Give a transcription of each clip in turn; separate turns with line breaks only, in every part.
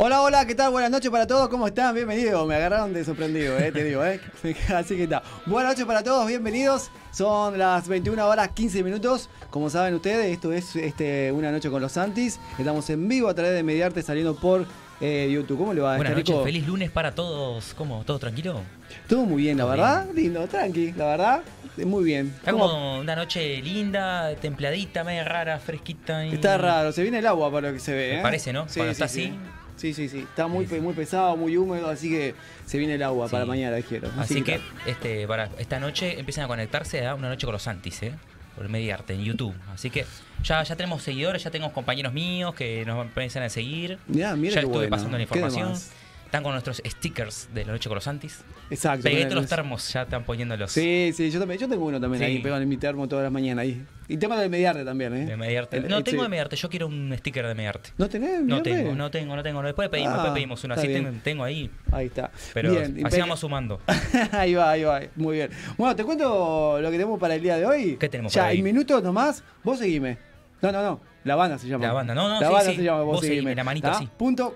Hola, hola, ¿qué tal? Buenas noches para todos, ¿cómo están? Bienvenidos, me agarraron de sorprendido, eh, te digo, ¿eh? Así que está. Buenas noches para todos, bienvenidos. Son las 21 horas 15 minutos. Como saben ustedes, esto es este, Una Noche con los Santis. Estamos en vivo a través de Mediarte saliendo por eh, YouTube. ¿Cómo le va?
Buenas
¿Está
noches,
rico?
feliz lunes para todos. ¿Cómo? ¿Todo tranquilo?
Todo muy bien, la
Todo
verdad. Lindo, tranqui, la verdad. Muy bien.
Está
¿Cómo-
como una noche linda, templadita, media rara, fresquita. y-
Está raro, se viene el agua para lo que se ve.
Me
¿eh?
parece, ¿no? Cuando está
sí.
así.
Sí, sí, sí. Está muy, pe- muy pesado, muy húmedo, así que se viene el agua
Sí.
para mañana, quiero.
Así que
está.
este, para esta noche empiezan a conectarse a una noche con los Santis, ¿eh? Por Mediarte en YouTube. Así que ya, ya tenemos seguidores, ya tenemos compañeros míos que nos empiezan a seguir.
Mirá, mira
ya
qué
estuve
bueno.
pasando la
Qué
información.
demás.
Están con nuestros stickers de la noche con los Santis.
Exacto.
Pegué
con-
los termos, ya están poniéndolos.
Sí, sí, yo también. Yo tengo uno también
Sí.
ahí, pegado en mi termo todas las mañanas ahí. Y tengo el de mediarte también, ¿eh?
De Mediarte.
El-
No
el-
tengo
sí.
de Mediarte, yo quiero un sticker de Mediarte.
¿No tenés?
No
Mediarte?
tengo, no tengo, no tengo. Después pedimos,
Ah,
después pedimos uno.
está
Así
bien.
ten- tengo ahí.
Ahí está.
Pero
Bien, Ah,
así
impec-
vamos sumando.
ahí va, ahí va, muy bien. Bueno, te cuento lo que tenemos para el día de hoy.
¿Qué tenemos
Ya,
para hoy?
en minutos nomás, vos seguime. No, no, no, la banda se llama.
La banda, no, no,
La
sí,
banda
sí.
se llama, vos,
Vos seguime, la manito,
¿Tá?
sí.
Punto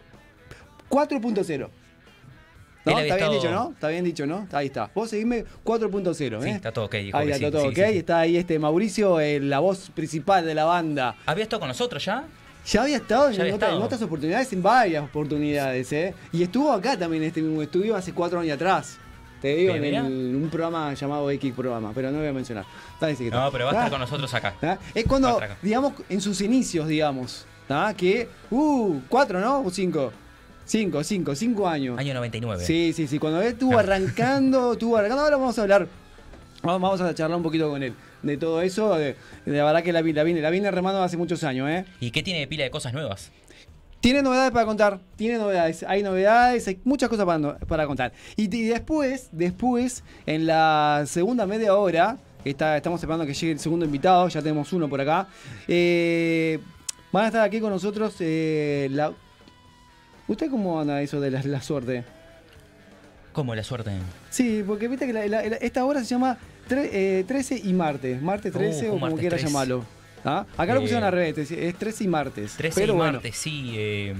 4.0. ¿No?
Él había
Está bien
estado-
dicho, ¿no? Está bien dicho, ¿no? Ahí está. Vos seguime 4.0,
Sí,
¿eh?
está todo ok, dijo
Ahí
que
está
sí,
todo
sí,
ok.
sí, sí.
Está ahí este Mauricio, eh, la voz principal de la banda.
¿Había estado con nosotros ya?
Ya había estado en,
Ya había
otra- en
estado.
otras oportunidades, en varias oportunidades, ¿eh? Y estuvo acá también en este mismo estudio hace cuatro años atrás. Te digo, en,
Bien,
el- un programa llamado X Programa, pero no voy a mencionar. Está bien, sí que está.
No, pero va a estar
Ah,
con nosotros acá.
ah, Es
Va a
cuando,
estar acá.
digamos, en sus inicios, digamos, ah, que, uh, cuatro, ¿no? O cinco. Cinco, cinco, cinco años.
Año 99.
Sí, sí, sí. Cuando él estuvo
Ah.
arrancando, estuvo arrancando. Ahora vamos a hablar, vamos- vamos a charlar un poquito con él de todo eso. de- de la verdad que la, vi- la vine, la vine remando hace muchos años, ¿eh?
¿Y qué tiene de pila de cosas nuevas?
Tiene novedades para contar, tiene novedades, hay novedades, hay muchas cosas para, no- para contar. Y, y después, después, en la segunda media hora, está, estamos esperando que llegue el segundo invitado, ya tenemos uno por acá, eh, van a estar aquí con nosotros eh, la... ¿Usted cómo anda eso de la, la suerte?
¿Cómo la suerte?
Sí, porque viste que la- la- la- esta hora se llama tre- eh, 13 y martes, martes
Uh,
13 o
un
como
martes
quiera
13.
llamarlo. ¿Ah? Acá lo
Eh,
pusieron al revés, es- es 13 y martes.
13
pero
y
bueno.
martes, sí. eh,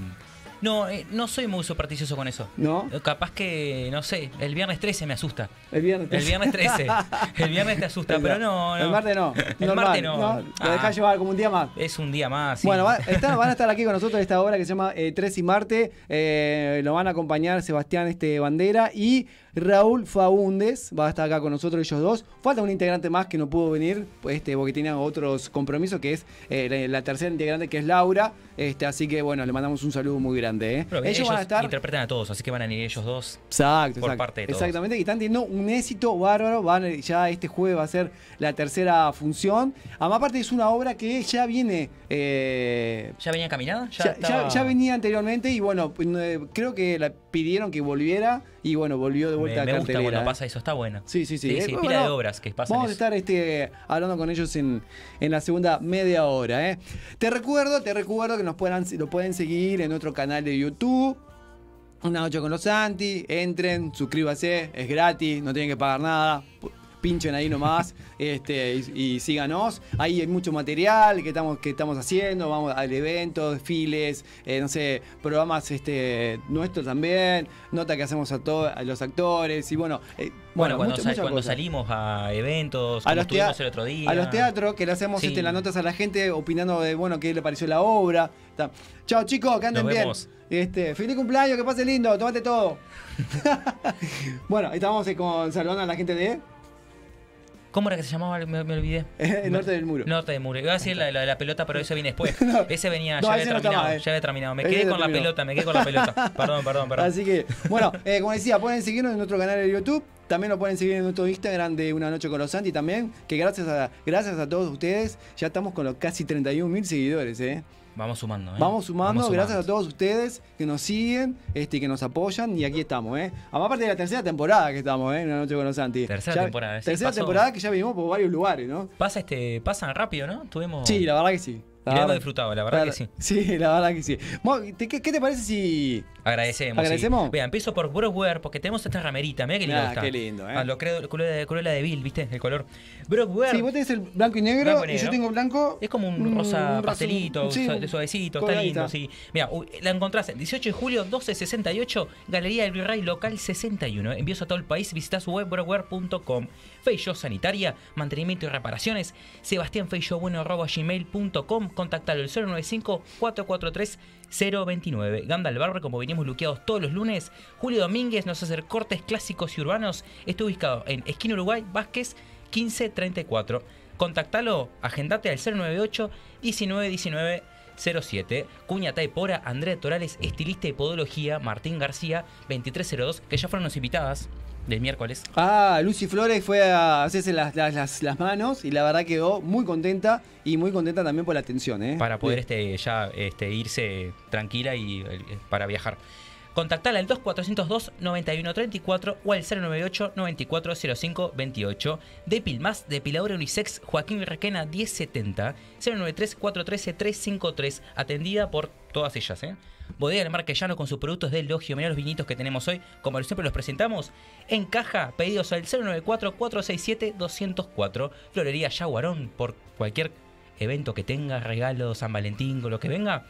no, eh, no soy muy supersticioso con eso.
¿No?
Eh, Capaz que, no sé, el viernes 13 me asusta.
El viernes
El
13.
viernes 13. El viernes te asusta, pero no, no.
El martes no.
El
normal,
martes no.
Lo
Ah.
dejás llevar como un día más.
Es un día más. sí.
Bueno, va- está- van a estar aquí con nosotros esta hora que se llama eh, Tres y Marte. Eh, lo van a acompañar Sebastián este, Bandera y Raúl Faúndez. Va a estar acá con nosotros ellos dos. Falta un integrante más que no pudo venir este, porque tenía otros compromisos, que es eh, la, la tercera integrante, que es Laura. Este, así que bueno, le mandamos un saludo muy grande. ¿eh.
Pero
ellos, van a estar...
interpretan a todos, así que van a venir ellos dos.
Exacto,
por
exacto.
parte de todos.
Exactamente, y están teniendo un éxito bárbaro. Van, ya este jueves va a ser la tercera función. Además, aparte es una obra que ya viene. eh,
¿Ya venía caminada?
ya, ya-
estaba-
ya venía anteriormente y bueno, pues, no, eh, creo que la pidieron que volviera y bueno, volvió de vuelta
me,
a
me gusta
cartelera.
cuando
¿eh?
pasa eso, está bueno.
Sí, sí, sí.
Sí,
Eh,
sí, pila de obras que pasan
Vamos a
eso.
estar este, hablando con ellos en, en la segunda media hora. ¿eh? Te recuerdo, te recuerdo que nos puedan, lo pueden seguir en otro canal de YouTube. Una noche con los Santi, entren, suscríbase, es gratis, no tienen que pagar nada. P- Pinchen ahí nomás este, y, y síganos. Ahí hay mucho material que estamos, que estamos haciendo. Vamos al evento, desfiles, eh, no sé, programas este, nuestros también, nota que hacemos a, to- a los actores. Y bueno, eh,
Bueno, cuando,
mucha-
sal-
mucha
cuando
cosa.
salimos a eventos,
A
Pues como
los, tea-
estuvimos el otro día.
a los teatros que le hacemos
Sí.
este, las notas a la gente opinando de bueno qué le pareció la obra. Ta- Chao chicos, que anden
Nos
bien.
vemos.
Este, feliz cumpleaños, que pase lindo, tomate todo. bueno, ahí estamos eh, con saludando a la gente de eh,
¿Cómo era que se llamaba? Me, me olvidé.
El Norte del Muro.
Norte del Muro. Iba a decir la, la- la pelota, pero ese viene después.
No.
Ese venía,
No,
ya
ese
había
no está
terminado.
más, eh.
Ya había terminado. Me
Ese
quedé
ya
con la
terminó.
pelota, me quedé con la pelota. Perdón, perdón, perdón.
Así que, bueno, eh, como decía, pueden seguirnos en nuestro canal de YouTube. También lo pueden seguir en nuestro Instagram de Una Noche con los Santi también. Que gracias a, gracias a todos ustedes ya estamos con los casi 31 mil seguidores, ¿eh?
Vamos sumando, ¿eh?
Vamos sumando, gracias a todos ustedes que nos siguen, este, que nos apoyan y aquí estamos, ¿eh? Además, aparte de la tercera temporada que estamos, ¿eh? En Una noche con los Santi.
Tercera
Ya-
temporada, sí,
Tercera
pasó.
temporada que ya vivimos por varios lugares, ¿no?
Pasa este, pasan rápido, ¿no? Tuvimos
Sí, la verdad que sí.
Y lo hemos disfrutado, la verdad
la-
que sí.
Sí, la verdad que sí. Mo, ¿te- ¿Qué, qué te parece si
Agradecemos.
¿Agradecemos?
sí. Vea, empiezo por Brockware porque tenemos esta ramerita. Mira qué lindo
Ah,
está.
qué lindo, ¿eh?
Ah, lo creo, cruela de, cruela de Bill, ¿viste? El color. Brockware.
Sí, vos tenés el blanco y negro,
Blanco y
y yo
negro.
tengo blanco.
Es como
mm,
un rosa
rosa-
pastelito,
sí,
su- suavecito, está
colgadita.
lindo, sí. Mira, la encontrás el 18 de julio, 1268, Galería del Virrey, local 61. Envíos a todo el país, visita su web broadware.com. Feyo Sanitaria, mantenimiento y reparaciones. Sebastián Feyo Bueno, arroba gmail.com. Contactalo al 095-443-029. Ganda al Barber, como venimos luqueados todos los lunes. Julio Domínguez nos hace cortes clásicos y urbanos. Está ubicado en Esquina Uruguay, Vázquez, 1534. Contactalo, agendate al 098 1919 07, Cuña Taipora, Andrea Torales, estilista de podología, Martín García, 2302, que ya fueron las invitadas del miércoles.
Ah, Lucy Flores fue a hacerse las, las, las- las manos y la verdad quedó muy contenta y muy contenta también por la atención, ¿eh?
para poder
Bien.
este, ya este, irse tranquila y eh, para viajar. Contactala al 2402-9134 o al 098-940528. Depilmas, depiladora unisex Joaquín Requena 1070, 093-413-353, atendida por todas ellas. ¿eh? Bodega del Marquellano con sus productos del Logio. Mirá los vinitos que tenemos hoy, como siempre los presentamos. En caja, pedidos al 094-467-204. Florería Yaguarón, por cualquier evento que tenga, regalo, San Valentín, con lo que venga.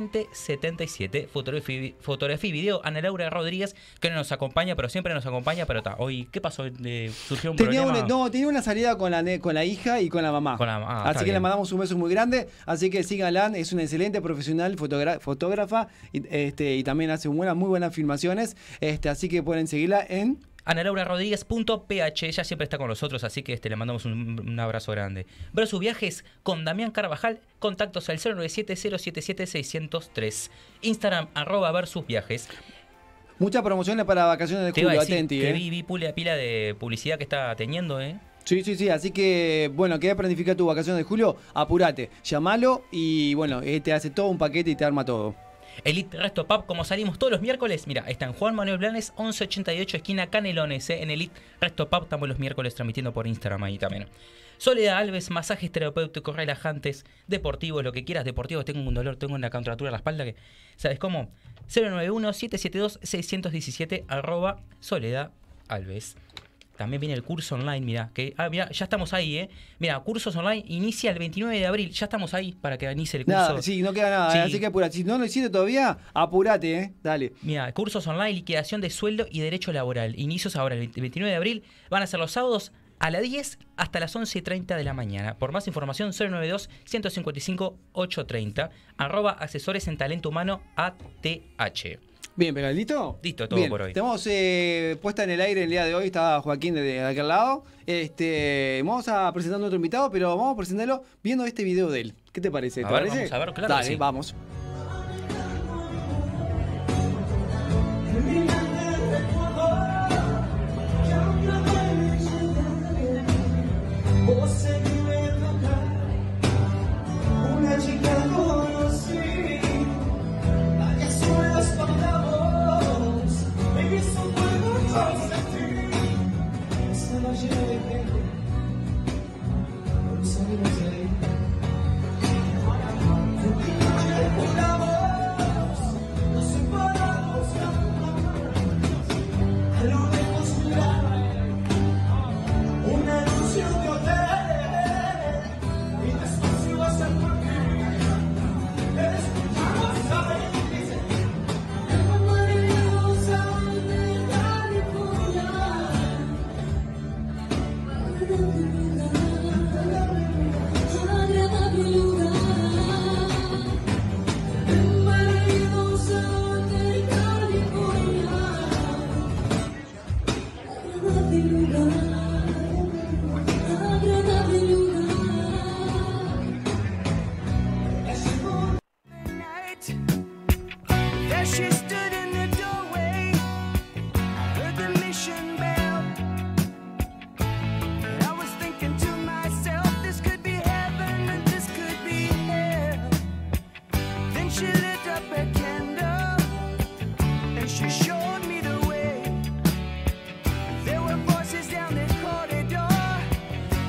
2901-2077. Fotografía, y vi- fotografía y video, Ana Laura Rodríguez, que no nos acompaña, pero siempre nos acompaña. Pero está, hoy, ¿qué pasó? Eh, ¿Surgió un
Tenía
problema?
una, no, tenía una salida con la, ne- con la hija y con la mamá.
Con la mamá, ah, está
así que le
bien.
mandamos un beso muy grande. Así que síganla, es una excelente profesional fotogra- fotógrafa y, este, y también hace buenas, muy buenas filmaciones. Este, así que pueden seguirla en.
Ana Laura Rodríguez.ph, ella siempre está con nosotros, así que este, le mandamos un, un abrazo grande. Ver sus viajes con Damián Carvajal, contactos al 097-077-603. Instagram, arroba ver sus viajes.
Muchas promociones para vacaciones de
Te iba a
julio,
decir
atenti.
que
eh.
vi, vi pula- pila de publicidad que está teniendo, ¿eh?
Sí, sí, sí. Así que, bueno, querés planificar tu vacaciones de julio, apurate, llamalo y, bueno, eh, te hace todo un paquete y te arma todo.
Elite Resto Pub, como salimos todos los miércoles, mira, está en Juan Manuel Blanes, 1188, esquina Canelones, eh, en Elite Resto Pub, estamos los miércoles transmitiendo por Instagram ahí también. Soledad Alves, masajes terapéuticos, relajantes, deportivos, lo que quieras, deportivos, tengo un dolor, tengo una contractura en la espalda que, ¿sabes cómo? 091-772-617, arroba Soledad Alves. También viene el curso online, mira, que ah, mira, ya estamos ahí, eh. Mira, cursos online inicia el 29 de abril, ya estamos ahí para que inicie el curso.
Nada, sí, no queda nada. eh,
Sí.
Así que apurate. Si no lo hiciste todavía, apurate, ¿eh? Dale.
Mira, cursos online, liquidación de sueldo y derecho laboral. Inicios ahora, el 20 29 de abril. Van a ser los sábados a las 10 hasta las 11.30 de la mañana. Por más información, 092-155-830. Arroba asesores en talento humano ATH.
Bien, pegadito.
Listo, todo
Bien,
por hoy.
Tenemos eh, puesta en el aire el día de hoy, está Joaquín de, de aquel lado. Este, vamos a presentar a otro invitado, pero vamos a presentarlo viendo este video de él. ¿Qué te parece?
A
¿Te
ver,
parece?
vamos a ver, claro que
Dale,
sí.
vamos.
Você me educar, una chica conocí, varias horas para vos, me hizo fuego consentir. Esta noche me dejé, por eso me dejé. Una voz, nos separamos jamás, a lo lejos mirar. Un anuncio de hotel, y despacio vas a partir. Escuchamos a Benítez,
Amor de California,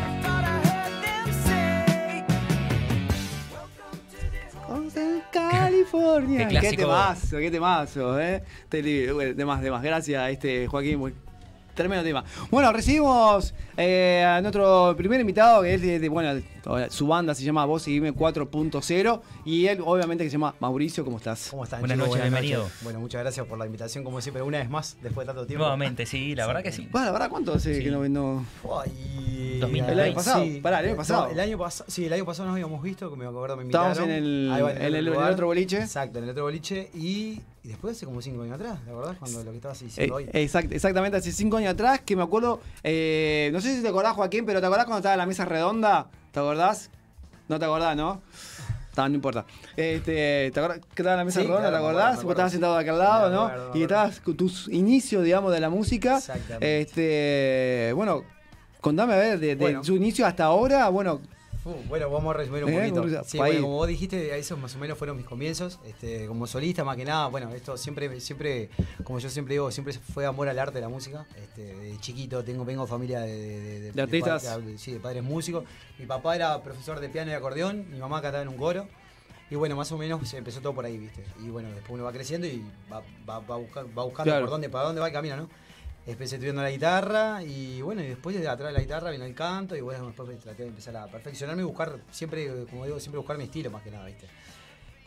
California.
Qué
Qué,
clásico.
temazo, qué temazo, ¿eh? Teli- bueno, Demás, demás. Gracias, a este Joaquín. muy- Tremendo tema. Bueno, recibimos eh, a nuestro primer invitado, que es de, de- bueno, su banda se llama Vos Seguime 4.0 y él obviamente que se llama Mauricio, ¿cómo estás?
¿Cómo están,
Buenas
chicos?
noches, bienvenido.
Bueno, muchas gracias por la invitación, como siempre, una vez más, después de tanto tiempo.
Nuevamente, sí, la verdad que sí.
Bueno, la verdad, ¿cuánto hace
Sí.
que no vendo?
Fua, y-
2020.
El año pasado,
Sí.
pará, el año pasado.
No, el año pasado, sí, el año pasado nos habíamos visto, que me acuerdo, me invitaron.
Estábamos en el-
Ahí va,
en el- en el
lugar.
otro boliche.
Exacto, en el otro boliche. Y, y después hace como cinco años atrás, ¿la verdad? Cuando lo que estabas
Eh,
diciendo hoy.
exact- exactamente, hace cinco años atrás que me acuerdo, eh, no sé si te acordás Joaquín, pero ¿te acordás cuando estaba en la mesa redonda? ¿Te acordás? No te acordás, ¿no? Ta, no importa. Este, ¿Te acordás que estaba en la mesa
Sí,
redonda?
claro,
¿Te
me acuerdo,
acordás?
me
Vos
acuerdo.
estabas sentado de aquel lado,
Me
¿no?
acuerdo, me
y
acuerdo.
estabas con tus inicios, digamos, de la música.
Exactamente.
Este, bueno, contame a ver, desde
Bueno.
su inicio hasta ahora, bueno,
Uh, bueno, vamos a resumir un
Eh,
poquito.
Mauricio,
Sí,
pa'
bueno,
ahí.
como vos dijiste, esos más o menos fueron mis comienzos, este, como solista más que nada. Bueno, esto siempre, siempre, como yo siempre digo, siempre fue amor al arte, la música. Este, de chiquito tengo, vengo de familia de, de- de- de
artistas.
padres- sí, de padres músicos. Mi papá era profesor de piano y acordeón, mi mamá cantaba en un coro. Y bueno, más o menos se empezó todo por ahí, ¿viste? Y bueno, después uno va creciendo y va, va- va buscar- va buscando
Claro.
por dónde, para dónde va el camino, ¿no? Empecé estudiando la guitarra y bueno, y después de atrás de la guitarra vino el canto y bueno, después traté de empezar a perfeccionarme y buscar, siempre, como digo, siempre buscar mi estilo más que nada, ¿viste?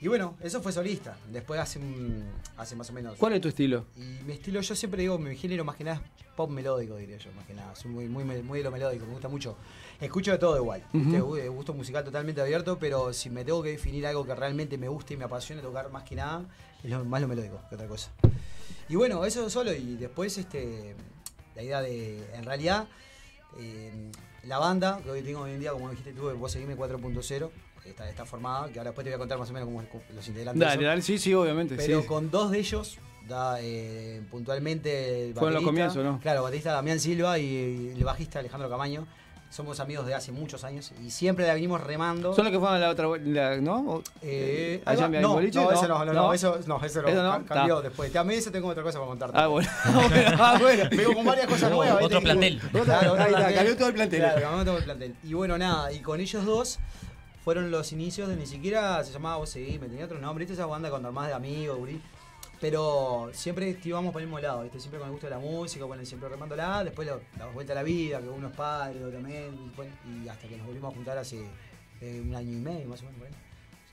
Y bueno, eso fue solista. Después hace, un- hace más o menos...
¿cuál es tu estilo?
Y mi estilo, yo siempre digo, mi género más que nada es pop melódico, diría yo, más que nada. Soy muy, muy, mel- muy de lo melódico, me gusta mucho. Escucho de todo igual. ¿viste? Gu- eh, Gusto musical totalmente abierto, pero si me tengo que definir algo que realmente me guste y me apasiona tocar más que nada, es lo- más lo melódico que otra cosa. Y bueno, eso solo. Y después, este, la idea de, en realidad, eh, la banda que hoy tengo hoy en día, como dijiste tú, vos seguime 4.0, está, está formada, que ahora después te voy a contar más o menos cómo es cu- los integrantes.
Dale,
son.
dale, sí, sí, obviamente.
Pero
Este, sí.
con dos de ellos, da, eh, puntualmente el
Fueron los
baterista-
comienzos, ¿no?
Claro, baterista Damián Silva y el bajista Alejandro Camaño. Somos amigos de hace muchos años y siempre la venimos remando.
Son los que fueron a la otra, la- ¿no? O-
Eh,
allá
ahí
en
va.
el
no,
boliche,
no, eso no, no, no, eso, no, eso no,
Eso no,
ca- cambió
ta.
después. También eso tengo otra cosa para contarte.
Ah, bueno. bueno, ah, bueno.
Vengo con varias cosas
Oh,
nuevas. ¿viste?
otro plantel.
Claro,
Ahí
otro
está,
plantel.
cambió todo el plantel.
Claro, cambió todo el plantel. Y bueno, nada, y con ellos dos fueron los inicios de ni siquiera se llamaba Vos Seguí, me tenía otro nombre, ¿viste? Esa banda con más de amigos, gurí. Pero siempre íbamos por el mismo lado, ¿viste? Siempre con el gusto de la música, bueno, siempre remándola, después lo- la vuelta a la vida, que uno es padre, otro también, y, bueno, y hasta que nos volvimos a juntar hace eh, un año y medio, más o menos, por ahí,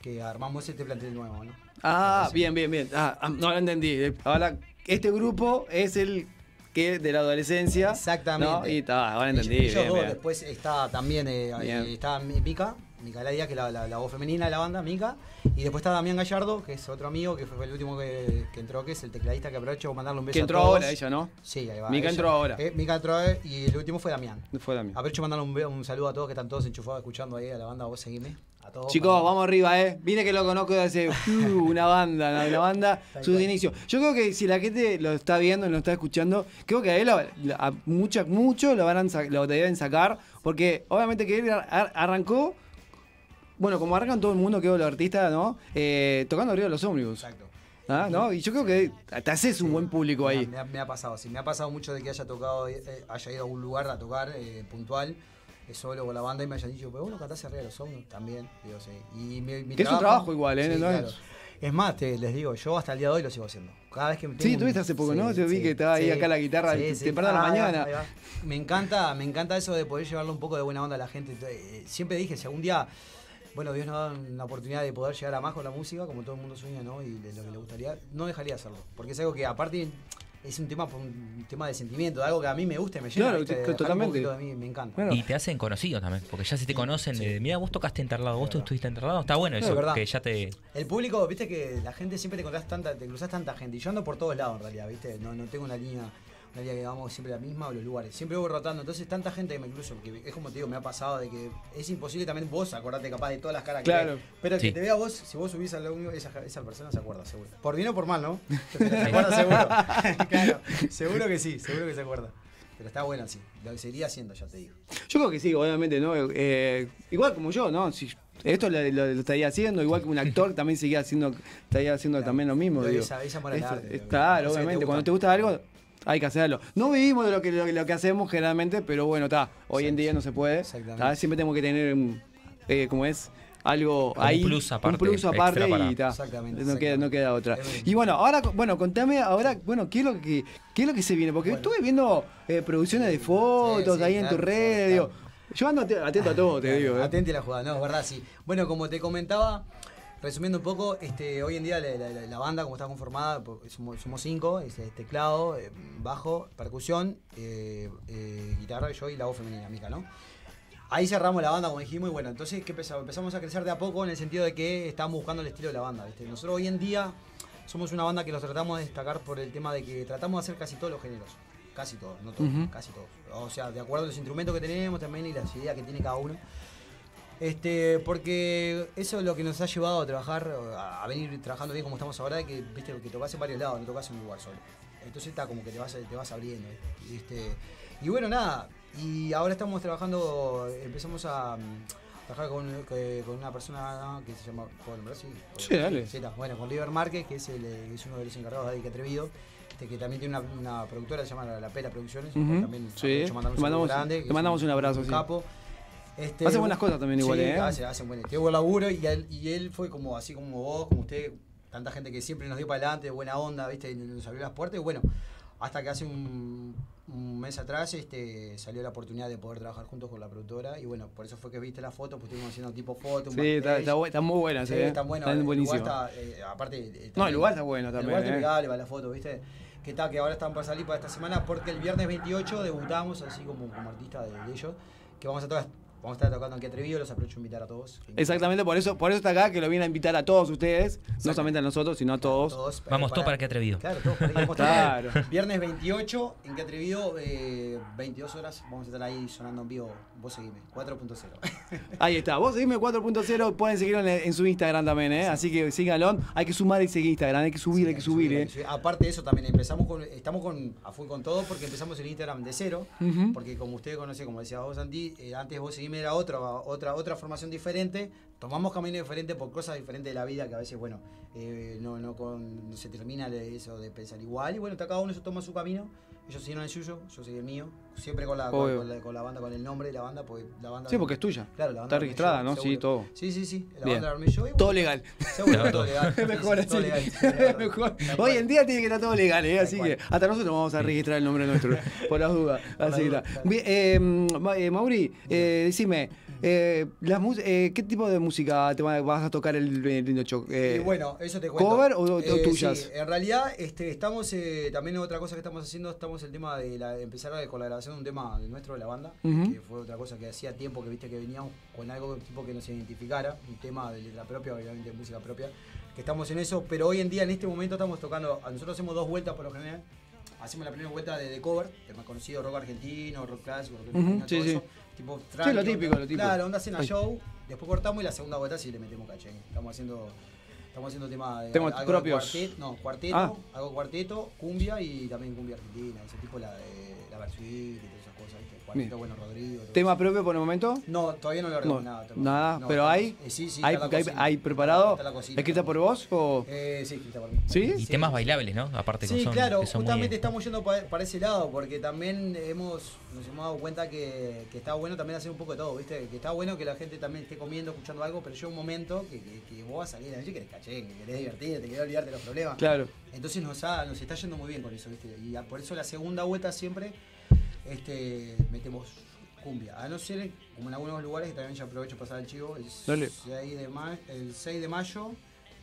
que armamos este plantel nuevo, ¿no?
Ah, bien, bien, bien. Ah, ah, no lo entendí. Eh, Ahora, este grupo es el que de la adolescencia.
Exactamente.
¿no? Y está, ahora Ah, entendí.
Ellos- ellos
bien,
dos.
bien.
Después está también eh,
Bien.
eh, está Mi- Mica, Micaela Díaz, que es la, la- la voz femenina de la banda, Mica. Y después está Damián Gallardo, que es otro amigo, que fue el último que, que entró, que es el tecladista que aprovecho para mandarle un beso
que
a
entró
todos.
ahora ella, ¿no?
Sí, ahí va.
Mica
ella.
entró ahora.
Eh, Mica entró eh, y el último fue Damián.
Fue también.
Aprovecho para mandarle un, be- un saludo a todos que están todos enchufados escuchando ahí a la banda, vos seguime. A todos.
Chicos,
Para-
vamos arriba, ¿eh? Mire que lo conozco desde hace uh, una banda, ¿no? una banda,
Tal
sus
cual.
inicios. Yo creo que si la gente lo está viendo, lo está escuchando, creo que a él, lo- lo- a muchas, muchos lo, van a sa- lo deben sacar, porque obviamente que él ar- ar- arrancó, bueno, como arrancan todo el mundo, creo, los artistas, ¿no? Eh, tocando arriba de los ómnibus.
Exacto.
Ah, ¿no? Y yo creo que te haces un buen público
Me ha-
ahí.
Me ha, me ha pasado, sí, me ha pasado mucho de que haya tocado, eh, haya ido a un lugar a tocar eh, puntual, eh, solo con la banda y me hayan dicho, pero vos no cantás arriba de los hombros también, digo, sí. Y mi, mi
Que es un trabajo igual, ¿eh?
Sí,
No es-
claro. Es más, te, les digo, yo hasta el día de hoy lo sigo haciendo. Cada vez que tengo
Sí,
un-
tuviste hace poco, ¿no? Yo vi que estaba ahí acá la guitarra temprano en la
Ah, ahí va,
mañana.
ahí va. Me encanta, me encanta eso de poder llevarle un poco de buena onda a la gente. Eh, Siempre dije, si algún día bueno, Dios nos da una oportunidad de poder llegar a más con la música, como todo el mundo sueña, ¿no? Y de lo que le gustaría, no dejaría de hacerlo. Porque es algo que, aparte, es un tema, un tema de sentimiento, algo que a mí me gusta, y me llena.
Claro,
¿viste?
que- que
Dejar un
totalmente.
poquito de mí, me encanta.
Bueno,
Y te hacen conocido también, porque ya si te conocen, de, mira, vos tocaste en tal lado, vos
Claro.
estuviste en tal lado", está bueno
Es
eso,
verdad.
que ya te...
El público, viste que la gente siempre te encontrás tanta, te cruzás tanta gente. Y yo ando por todos lados en realidad, viste. No, no tengo una línea, una línea que vamos siempre la misma o los lugares. Siempre voy rotando. Entonces tanta gente que me cruzo, porque es como te digo, me ha pasado de que es imposible también vos acordarte capaz de todas las caras
Claro.
que ves. Pero
Sí.
que te vea vos, si vos subís al audio, esa, esa persona se acuerda, seguro. Por bien o por mal, ¿no? Pero se acuerda seguro. claro, seguro que sí, seguro que se acuerda. Pero está bueno así. Lo que seguiría haciendo, ya te digo.
Yo creo que sí, obviamente, ¿no? Eh, igual como yo, ¿no? Si esto lo, lo- lo estaría haciendo, igual que un actor también seguía haciendo, estaría haciendo también lo mismo.
Pero
digo.
esa- esa amor al
Esto-
arte,
es-
lo que-
claro,
eso que te
obviamente.
gusta.
Cuando te gusta algo, hay que hacerlo. No vivimos de lo que, lo, lo que hacemos generalmente, pero bueno, está. Hoy en día no se puede.
Exactamente.
¿tá? Siempre tenemos que tener, mm, eh, como es, algo
Como un
ahí.
plus aparte,
Un plus
extra
aparte
para-
y ta.
Exactamente,
No queda, no queda otra.
Exactamente.
Y bueno, ahora, bueno, contame ahora, bueno, ¿qué es lo que, qué es lo que se viene? Porque estuve viendo eh, producciones de fotos
Sí, sí,
ahí en
claro,
tu red.
claro.
digo, yo ando ate- atento a todo, te digo. eh.
Atente a la jugada, no, es verdad, sí. Bueno, como te comentaba, resumiendo un poco, este, hoy en día la, la- la- la banda, como está conformada, po- somos, somos cinco, es eh, teclado, eh, bajo, percusión, eh, eh, guitarra, yo y la voz femenina, Mica, ¿no? Ahí cerramos la banda, como dijimos, y bueno, entonces ¿qué empezamos? empezamos a crecer de a poco en el sentido de que estábamos buscando el estilo de la banda, ¿viste? Nosotros hoy en día somos una banda que los tratamos de destacar por el tema de que tratamos de hacer casi todos los géneros, casi todos, no todos,
Ujú.
casi todos. O sea, de acuerdo a los instrumentos que tenemos también y las ideas que tiene cada uno. Este, porque eso es lo que nos ha llevado a trabajar, a a venir trabajando bien como estamos ahora, que viste que tocas en varios lados, no tocas en un lugar solo. Entonces está como que te vas, te vas abriendo. ¿eh? Y, este, y bueno, nada. Y ahora estamos trabajando, empezamos a mm, trabajar con, que- con una persona que se llama, ¿puedo nombrar? Sí,
Sí, dale.
Sí, está. bueno, con Liber Márquez, que es, el, eh, es uno de los encargados de que Atrevido, este, que también tiene una, una productora que se llama La Pera Producciones.
Ujú.
También
Sí.
aprovecho para mandarle
Le mandamos-
saludo grande, que
le
es
mandamos un abrazo, sí.
capo. Este,
Hace buenas cosas también igual,
sí,
¿eh?
Hace, hace buen, tiene buen laburo y él, y él fue como así como vos, como usted, tanta gente que siempre nos dio para adelante, buena onda, ¿viste? Y Nos abrió las puertas y bueno, hasta que hace un, un mes atrás este, salió la oportunidad de poder trabajar juntos con la productora y bueno, por eso fue que viste las fotos, pues estuvimos haciendo tipo fotos.
Sí, está, está bu- está muy buena, sí, eh.
están buenas.
Están
el lugar
buenísimas.
está, eh, aparte, eh,
No, el
también-
lugar está bueno
el
también.
lugar está
eh.
impecable para la foto, ¿viste? Que está, que ahora están para salir para esta semana porque el viernes 28 debutamos así como, como artista de, de ellos, que vamos a tocar, vamos a estar tocando en Qué Atrevido, los aprovecho a invitar a todos.
Exactamente, por eso, por eso está acá, que lo viene a invitar a todos ustedes, no solamente a nosotros, sino a todos.
Todos, eh,
Vamos todos para Qué Atrevido.
Claro, todos para Qué Atrevido.
Claro.
Viernes 28, en Qué Atrevido, eh, 22 horas, vamos a estar ahí sonando en vivo, vos seguime, 4.0.
Ahí está, vos seguime 4.0, pueden seguirlo en, en su Instagram también, ¿eh? así que síganlo, hay que sumar y seguir Instagram, hay que subir, hay que subir.
hay
¿eh?
que subir. Aparte de eso, también empezamos con, estamos con, a full con todo porque empezamos el Instagram de cero.
Ujú.
Porque como ustedes conocen, como decía vos, Santi, eh, antes vos seguime era otra, otra, otra formación diferente. Tomamos caminos diferentes por cosas diferentes de la vida que a veces, bueno, eh, no, no, con- no se termina de eso de pensar igual. Y bueno, está cada uno se toma su camino. Ellos siguieron el suyo, yo seguí el mío. Siempre con la, con,
Obvio.
con la, con la banda, con el nombre de la banda, pues la banda.
Sí, porque es tuya.
Claro, la banda
Está
la
registrada,
armé yo,
¿no? Sí,
seguro.
todo.
Sí, sí, sí. La
Bien.
banda la armé yo y bueno,
Todo legal.
Seguro, todo legal.
Es mejor
Sí, sí, todo
así.
legal, sí,
Es
claro.
mejor.
Tal
Hoy
cual.
en día tiene que estar todo legal, ¿eh? así
cual.
que hasta nosotros vamos a registrar el nombre nuestro, por las dudas.
las
Así que
dudas,
está.
claro.
Bien, eh, Ma- eh, Mauri, eh, decime, eh, las mus- eh, ¿qué tipo de música te va- vas a tocar el 28? Eh,
Y bueno, eso te cuento. Eh,
¿Cover o- o tuyas?
sí, en realidad, este, estamos eh, también otra cosa que estamos haciendo, estamos el tema de, la, de empezar a- con la grabación de un tema de nuestro de la banda,
Ujú.
que fue otra cosa que hacía tiempo que viste que veníamos con algo tipo que nos identificara, un tema de letra propia, obviamente música propia, que estamos en eso, pero hoy en día en este momento estamos tocando, a nosotros hacemos dos vueltas por lo general. Hacemos la primera vuelta de, de cover, el más conocido rock argentino, rock clásico, rock
Ujú,
argentino,
sí,
todo
sí.
eso, tipo tranqui,
lo típico,
onda-
lo típico.
Claro, onda cena
Ay.
show, después cortamos y la segunda vuelta sí le metemos caché. Estamos haciendo Estamos haciendo tema de
Temas
algo de
propios.
cuartet- no, cuarteto,
Ah.
algo cuarteto, cumbia y también cumbia argentina, ese tipo la de la Bersuit y todas esas cosas, ¿viste? Cuarteto
Bien.
Bueno Rodrigo. todo
¿Tema
eso.
propio por el momento?
No, todavía no lo
No,
arreglamos nada. todavía.
nada,
No,
pero
estamos-
hay,
eh, sí, sí,
hay,
está en la
hay-
cocina.
hay preparado,
Está en la cocina,
escrita
está
por
en la
vos o...
cocina. Eh, sí, escrita por mí.
¿Sí?
Y temas bailables, ¿no? Aparte que
Sí,
son,
claro,
que son muy,
justamente
eh,
estamos yendo pa- para, ese lado, porque también hemos, nos hemos dado cuenta que, que está bueno también hacer un poco de todo, ¿viste? Que está bueno que la gente también esté comiendo, escuchando algo, pero llega un momento que, que, que vos vas a salir a la noche y querés caché, que querés divertirte, querés olvidarte de los problemas.
Claro.
Entonces nos, ha- nos está yendo muy bien con eso, ¿viste? Y a- por eso la segunda vuelta siempre este, metemos cumbia. A no ser, como en algunos lugares, que también ya aprovecho para pasar el chivo, el
Dale.
6 de, ma- el 6 de mayo.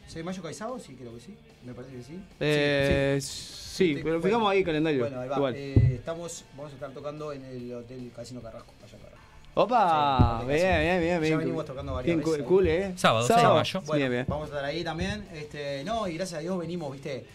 ¿6 de mayo Caizado? Sí, creo que sí. Me parece que sí. Sí,
Eh, sí,
Sí,
pero
bueno.
fijamos ahí el calendario.
Bueno, ahí va.
Igual.
Eh, estamos, vamos a estar tocando en el Hotel Casino Carrasco, allá en Carrasco.
Opa,
sí,
bien,
sí.
bien, bien,
Ya
bien.
venimos tocando varias
Bien,
veces
cu-
ahí.
cool, eh.
Sábado, seis de mayo.
Bien,
Bueno,
bien.
vamos a estar ahí también. Este, no, y gracias a Dios venimos, viste.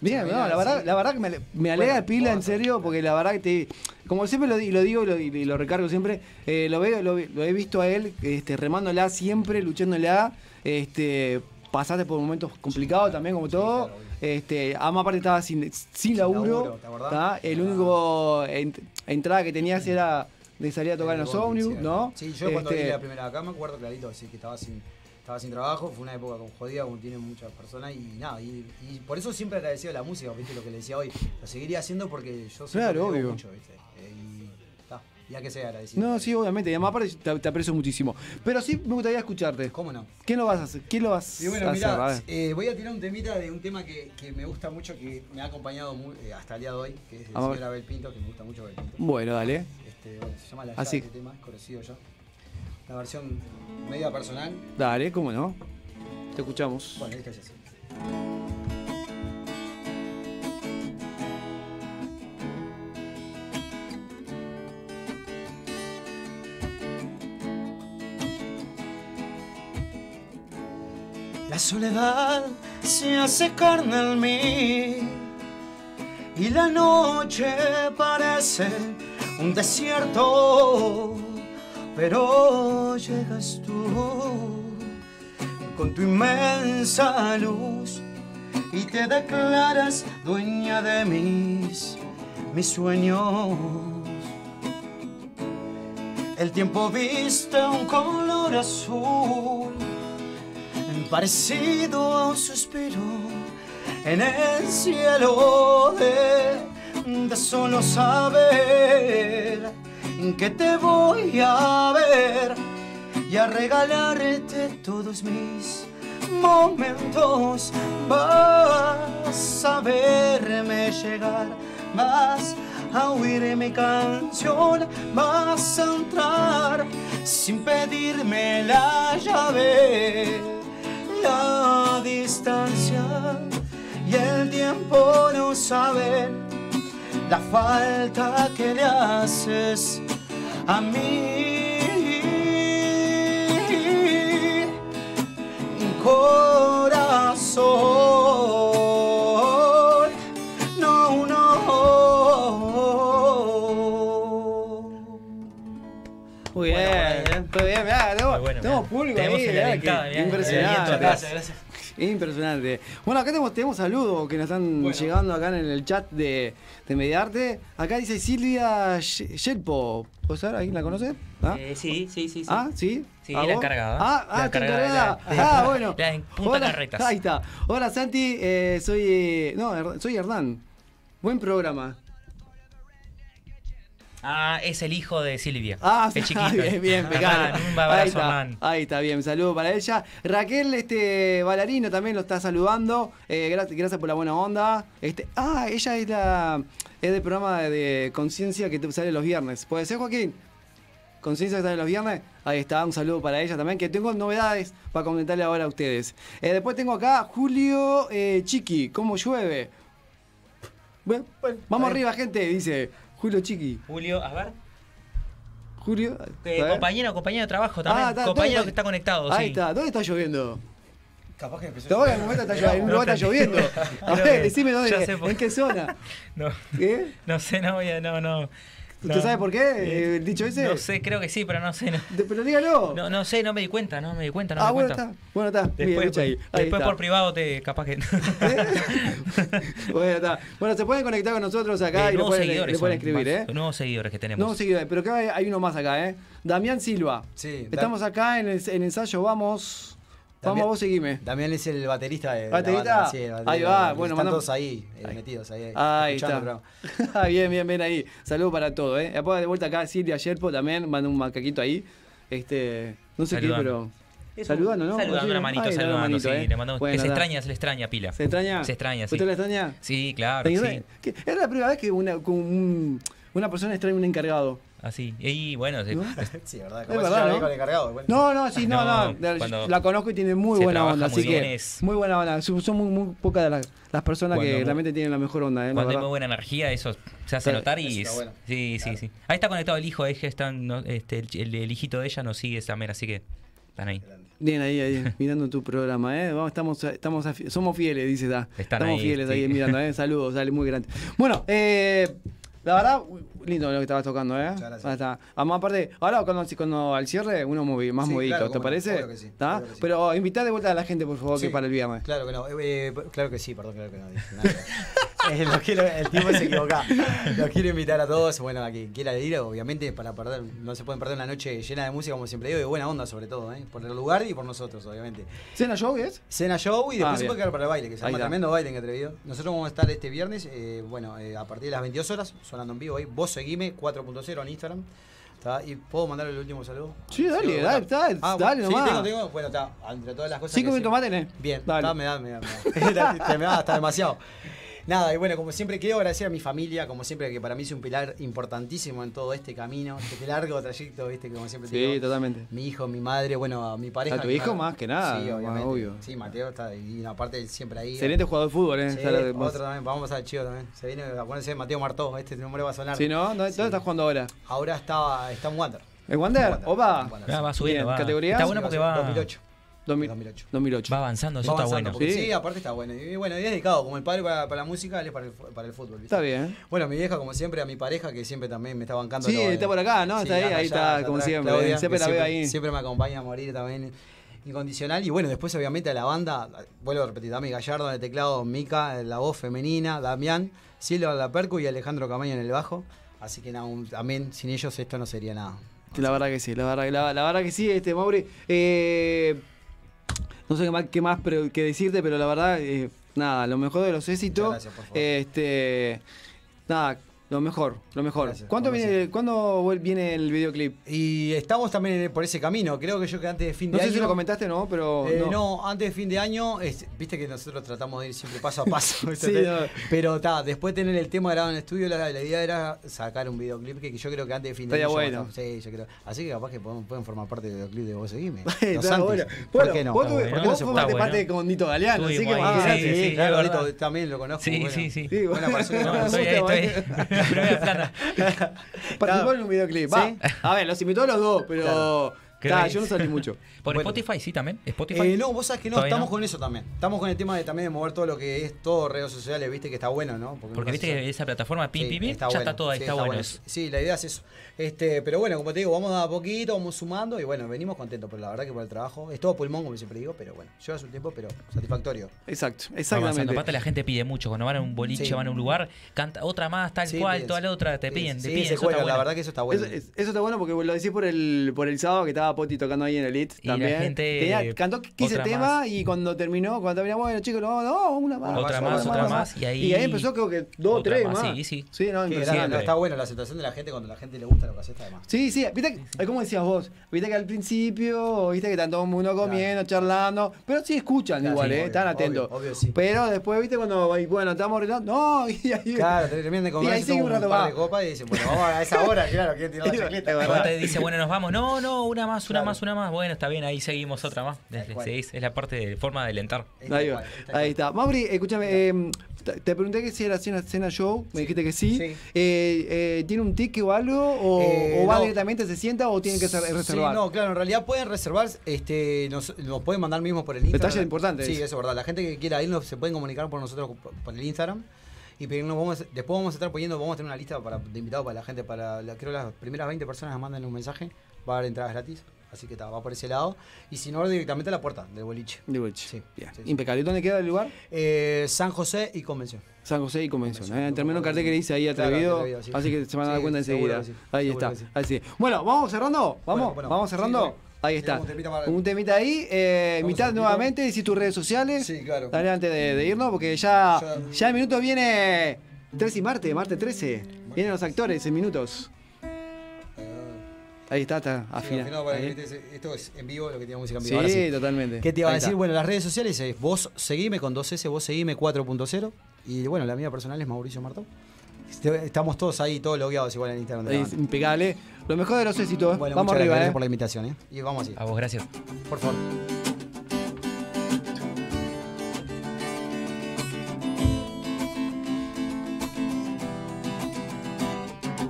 Bien, no, la verdad, la verdad que me, ale- me alegra
Bueno,
pila, en
vamos a-
serio, porque la verdad que te, como siempre lo, di- lo digo y lo, y lo recargo siempre, eh, lo veo, lo, vi- lo he visto a él este, remándola siempre, luchándola, este, pasaste por momentos complicados también, como todo.
claro,
este, además aparte estaba sin, sin laburo,
laburo, ¿te acordás?
¿tá? el
Ah.
único ent- entrada que tenías era de salir a tocar en los ómnibus, ¿no?
Sí, yo cuando
Este,
vine la primera acá me acuerdo clarito, así que estaba sin, estaba sin trabajo, fue una época con jodida, como tienen muchas personas, y nada, y, y por eso siempre agradecido a la música, viste lo que le decía hoy, lo seguiría haciendo porque yo siempre
Claro,
me debo
obvio.
mucho, viste. Eh, y está. Ya que sea agradecido.
No, sí, obviamente. Y además aparte te, te aprecio muchísimo. Pero sí me gustaría escucharte.
¿Cómo no?
¿Qué lo vas a hacer? ¿Qué lo vas
Y bueno, eh,
a hacer? A
mira,
ver.
voy a tirar un temita de un tema que, que me gusta mucho, que me ha acompañado muy- eh, hasta el día de hoy, que es el
Vamos a ver. Ah,
señor Abel Pinto, que me gusta mucho Abel Pinto.
Bueno, dale.
Este, bueno, se llama La
Así.
Llave, este tema, es conocido ya. La versión media personal.
Dale, cómo no. Te escuchamos.
Bueno, esta es así. La soledad se hace carne en mí y la noche parece un desierto, pero llegas tú con tu inmensa luz y te declaras dueña de mis, mis sueños. El tiempo viste un color azul, parecido a un suspiro en el cielo de, de solo saber que te voy a ver y a regalarte todos mis momentos. Vas a verme llegar, vas a oír mi canción, vas a entrar sin pedirme la llave. La distancia y el tiempo no saben la falta que le haces a mí. Corazón, no, no.
Muy bien, muy bien, mirá, tenemos,
Muy bueno,
tenemos
mirá.
público
Tenemos
ahí,
el
mirá,
alentado,
que-
mirá,
impresionante.
el aliento atrás.
Impresionante. Bueno, acá tenemos, tenemos saludos que nos están
Bueno.
llegando acá en el chat de, de Mediarte. Acá dice Silvia Ye- Yelpo. ¿Puede ser? ¿Alguien la conoce? ¿Ah?
Eh, sí, sí, sí. sí.
¿Ah, sí?
Sí,
¿A
la
vos?
encargada.
Ah, ah,
La
está
encargada de la-
encargada.
de la-
ah, bueno.
la en punta
Hola,
carretas.
Ahí está. Hola, Santi. eh, soy. eh, no, Her- soy Hernán. Buen programa.
Ah, es el hijo de Silvia.
Ah,
el
está
chiquito.
bien, bien, pegado.
Hernán, un
ahí,
abrazo,
está,
Hernán.
ahí está, bien, saludo para ella. Raquel, este bailarino también lo está saludando. Eh, gra- gracias, por la buena onda. Este, ah, ella es la es del programa de, de Conciencia que te- sale los viernes. ¿Puede ser, Joaquín? Conciencia que sale los viernes. Ahí está, un saludo para ella también. Que tengo novedades para comentarle ahora a ustedes. Eh, después tengo acá Julio eh, Chiqui, ¿cómo llueve? Bueno, vamos arriba, gente, dice Julio Chiqui.
Julio, a ver.
Julio.
Eh,
a ver.
compañero, compañero de trabajo también.
Ah, está,
compañero
¿dónde
que está conectado,
Ahí
sí.
está, ¿dónde está lloviendo?
Capaz que empezó
Te voy en un momento está lloviendo, en un
No,
lugar está
tranquilo.
lloviendo. A
Creo
ver,
que
decime
ya
dónde,
sé por-
en qué zona.
No,
¿Eh?
no sé, no voy a. No, no.
¿Usted
no.
sabe por qué? eh, ¿El dicho ese?
No sé, creo que sí, pero no sé. No,
De- pero dígalo.
no, no sé, no me di cuenta, no me di cuenta, no
ah,
me di
bueno,
cuenta.
está. Bueno, está. Bien,
Después,
escucha ahí. Ahí
después
está.
por privado te capaz que. Eh,
bueno, está. Bueno, se pueden conectar con nosotros acá
Eh,
y lo
nuevos
pueden,
seguidores.
le pueden
son,
escribir,
más-
¿eh?
Nuevos seguidores que tenemos.
No, seguidores, pero acá hay, hay uno más acá, ¿eh? Damián Silva.
Sí,
Estamos acá en el en ensayo, vamos.
Damián-
Vamos, vos seguime.
También es el baterista de la
¿Baterista?
banda, sí, el baterista.
Ahí va, bueno,
Están
mandam-
todos ahí, eh, metidos ahí.
Ahí
escuchando el
está. Ah,
programa.
bien, bien, bien ahí. Saludos para todo, ¿eh? Después de vuelta acá Silvia Yerpo también, manda un macaquito ahí. Este, no sé
Saludando.
qué, pero saludando, ¿no?
Saludando una manito,
Ay, dale una
saludando,
manito,
sí.
¿eh?
Le mandamos,
Bueno,
que se
da.
extraña, se le extraña, pila.
¿Se extraña?
Se extraña, sí.
¿Usted la extraña?
Sí, claro,
¿Te-
sí.
¿Qué? Es la primera vez que una, con un- una persona extraña un encargado.
Así. Y bueno, se,
Sí, verdad.
Es
capaz
verdad,
ya
¿no?
ve con el cargado, bueno.
No, no, sí, no, no.
No,
La-
cuando
La conozco y tiene muy
se
buena
trabaja
onda,
muy
así
bien
que.
es-
Muy buena onda. Son son muy, muy pocas de las, las personas
Cuando
que
mu-
realmente tienen la mejor onda, ¿eh? La
Cuando hay
verdad.
muy buena energía, eso se hace
Claro,
notar
eso
y.
está bueno.
Sí, sí, sí. Ahí está conectado el hijo de ella, están, no, este, el, el- el hijito de ella nos sigue también, así que están ahí.
Bien, ahí, ahí, mirando tu programa, ¿eh? Vamos, estamos, estamos, afi- somos fieles, dice Da.
Están
estamos
ahí,
fieles
sí.
ahí mirando, ¿eh? Saludos, sale muy grande. Bueno, eh, la verdad, lindo lo que estabas tocando, ¿eh?
Muchas gracias.
Ah, está. Además, aparte, ahora cuando, si- cuando al cierre, uno movi- más
Sí,
movidito,
claro,
¿te
cómo no,
parece?
claro que sí,
¿Está?
claro que sí.
Pero invitá de vuelta a la gente, por favor,
Sí,
que para el viernes.
Claro que no. eh, eh, claro que sí, perdón, claro que no. dije nada. Eh, lo quiero- el tipo se equivoca. Los quiero invitar a todos. Bueno, a quien quiera ir, obviamente, para perder. No se pueden perder una noche llena de música, como siempre digo, y buena onda, sobre todo, ¿eh? Por el lugar y por nosotros, obviamente.
¿Cena show es?
Cena show y después
Ah,
se
bien.
puede quedar para el baile, que se
Ahí
llama
está.
tremendo baile en atrevido. Nosotros vamos a estar este viernes, eh, bueno, eh, a partir de las 22 horas, sonando en vivo ahí. Vos seguime 4.0 en Instagram. ¿tá? ¿Y puedo mandar el último saludo?
Sí, dale, dale,
¿puedo mandar?
está,
Ah,
dale
bueno,
nomás.
Sí, tengo, tengo. Bueno, está, entre todas las cosas.
Cinco
que
minutos más
siempre-
tenés.
Bien,
Dale.
está, me da, me da, me da. Te me da hasta demasiado. Nada, y bueno, como siempre, quiero agradecer a mi familia, como siempre, que para mí es un pilar importantísimo en todo este camino, este largo trayecto, ¿viste? Como siempre te
Sí,
digo.
totalmente.
Mi hijo, mi madre, bueno, a mi pareja.
A tu
mi
hijo
madre.
más que nada,
Sí,
más
obviamente.
obvio.
Sí, Mateo está ahí, y aparte siempre ahí.
Excelente jugador de fútbol, ¿eh?
Sí,
Ya lo- vos-
otro también, vamos a chido también. Se viene a ponerse Mateo Martó, este nombre va a sonar.
Sí, ¿no? ¿Dónde,
Sí.
dónde estás jugando ahora?
Ahora está, está en Wander.
¿En Wander?
Wander,
¿Opa?
en Wander.
Ah, va subiendo,
Bien,
va.
¿categoría?
Está Ah, bueno
Sí,
porque
ser
va,
2008.
2000
2008.
2008.
va avanzando, eso
Va
está bueno.
avanzando,
porque-
porque
Sí.
sí, aparte está bueno. Y bueno, y es dedicado, como el padre para, para la música, él es para el, fu- para el fútbol. ¿viste?
Está bien.
Bueno, mi vieja, como siempre, a mi pareja, que siempre también me está bancando.
Sí,
todo,
está
eh.
por acá, ¿no? Está ahí,
anda
ahí está,
allá
como
atrás,
siempre,
Claudia,
eh. Siempre
que
la veo ahí.
Siempre me acompaña a morir también. Incondicional. Y bueno, después, obviamente, a la banda, vuelvo a repetir, Dami Gallardo en el teclado, Mica en la voz femenina, Damián, Cielo en la percu y Alejandro Camaño en el bajo. Así que nada, un- amén. Sin ellos esto no sería nada.
La verdad que sí, la verdad, la, la verdad que sí, este Mauri. Eh, no sé qué más, qué más pero, que decirte, pero la verdad, eh, nada, lo mejor de los éxitos.
Muchas gracias, por favor.
Este, nada, lo mejor, lo mejor.
Gracias,
¿Cuánto
vamos
viene, ¿Cuándo vuel- viene el videoclip?
Y estamos también en- por ese camino. Creo que yo que antes de fin
No
de
sé
año.
si lo comentaste o no, pero.
Eh,
no.
no. antes de fin de año, es- viste que nosotros tratamos de ir siempre paso a paso.
Sí, no.
Pero está, después de tener el tema grabado en el estudio, la, la idea era sacar un videoclip que, que yo creo que antes de fin de
Estaría
año. ya
bueno.
va a estar- sí, yo creo. Así que capaz que podemos- pueden formar parte del videoclip de vos seguime.
Está
Los Santis.
bueno.
¿Por
Bueno,
qué no?
Vos,
Está
tuve-
bueno.
vos
¿no? Eso está
formaste
bueno.
parte con Nito Galeano, así que
Estuvimos
más
ahí,
Ah,
gracias.
sí, sí,
sí,
claro,
es verdad.
Lito, también lo conozco.
Sí,
bueno.
sí, sí.
Sí,
Buena
bueno.
persona.
Me
Estoy ahí,
gusta,
estoy ahí. Pero voy a plana.
Participó en un videoclip. Va.
Sí.
A ver, los invitó a los dos, pero.
¿Qué
Nah,
veis?
yo no salí mucho.
Por
Bueno.
Spotify, sí, también. Spotify.
Eh, no, vos sabés que no,
Todavía
estamos
no.
con eso también. Estamos con el tema de también de mover todo lo que es todo redes sociales, viste que está bueno, ¿no?
Porque viste que esa plataforma pim,
Sí,
pim, pim, ya
bueno,
está toda ahí,
sí,
está, bueno. eso.
Sí, sí, la idea es eso. Este, pero bueno, como te digo, vamos a poquito, vamos sumando y bueno, venimos contentos, pero la verdad que por el trabajo, es todo pulmón, como siempre digo, pero bueno, lleva su tiempo, pero satisfactorio.
Exacto,
Avanzando.
exactamente.
Aparte la gente pide mucho, cuando van a un boliche,
Sí.
van a un lugar, canta otra más, tal
Sí,
cual,
piden,
toda la otra, te
sí,
piden, te
sí,
piden,
se
eso está
cuelgan,
bueno.
la verdad que eso está bueno.
Eso, es- eso está bueno porque lo decís por el, por el sábado que estaba Poti tocando ahí en el Elite
Y la
también.
gente,
Tenía- cantó 15
otra
temas
más.
y cuando terminó, cuando terminó, bueno chicos, no, no, una más.
Otra
más, otra
más, y ahí-
empezó creo que dos,
Otra
tres más.
más, sí, sí.
no,
Qué
impresionante.
grande, está bueno la aceptación de la gente cuando la gente le gusta lo que hace está de más.
Sí, sí, viste, que- como decías vos, viste que al principio, viste que están todo el mundo comiendo, charlando, pero sí escuchan
Claro,
igual,
sí,
eh,
obvio,
están atentos.
obvio, obvio, sí.
Pero después, viste, cuando, y bueno, estamos arreglando, no, y ahí...
Claro, terminan de
Y
comer,
ahí
se
sigue
toman
un
un
rato
par
más.
de copas y dicen, bueno, vamos a esa hora, claro, quieren tirar la chacleta.
Es
Cuando
verdad.
te dice, bueno, nos vamos. No, no, una más, una
Claro.
más, una más. Bueno, está bien, ahí seguimos otra más.
Tal cual.
Sí, es es la parte de forma de alentar.
Este
Ahí, va, ahí está. Mauri, escúchame, eh, te- te pregunté que si era cena, cena show, me dijiste que sí.
Sí.
Eh, eh, ¿Tiene un ticket o algo? ¿O,
Eh,
o va
no.
directamente, se sienta o tienen que ser-
Sí,
reservar?
no, claro, en realidad pueden reservar, este, nos, nos pueden mandar mismo por el Instagram.
Detalle importante
Sí,
ese.
eso es verdad. La gente que quiera ir nos- se pueden comunicar por nosotros por- por el Instagram. Y pedirnos, vamos a- después vamos a estar poniendo, vamos a tener una lista para, de invitados para la gente, para la- creo las primeras 20 personas que mandan un mensaje, va a haber entradas gratis, así que está, va por ese lado. Y si no, directamente a la puerta del boliche.
De Boliche.
Sí,
Bien,
sí, sí.
Impecable. ¿Y ¿Dónde queda el lugar?
Eh, San José y Convención.
San José y Convención.
Convención,
¿eh? Terminó un cartel que le hice ahí
Claro,
atrevido.
atrevido, sí.
Así que se van a dar
Sí,
cuenta
seguro
enseguida.
que sí,
ahí
seguro
está.
que sí.
Así. Bueno, vamos cerrando. Vamos,
Bueno, bueno.
vamos cerrando.
Sí, bueno.
Ahí
Sí,
está.
un temita para-
Un temita ahí. Eh,
Vamos
invitad
un poquito.
nuevamente, decís tus redes sociales.
Sí, claro.
Dale antes de, de irnos, porque ya,
Ya-
ya el minuto viene 13 y Marte, Marte 13. Vienen los actores en minutos. Ahí está, está.
Ah. Sí, al
Afina.
final, bueno,
Ahí.
viste, esto es en vivo lo que tiene música en
Sí,
vivo. este Ahora sí.
totalmente.
¿Qué te iba a
Ahí
decir?
está.
Bueno, las redes sociales es vos seguime con 2S, vos seguime 4.0. Y bueno, la mía personal es Mauricio Martón. Este- Estamos todos ahí, todos logueados igual en Instagram. de la
Ahí,
banda.
impecable. Lo mejor de los éxitos.
Bueno,
vamos
muchas
arriba,
gracias
eh.
por la invitación. ¿eh? Y vamos así.
A vos, gracias.
Por favor.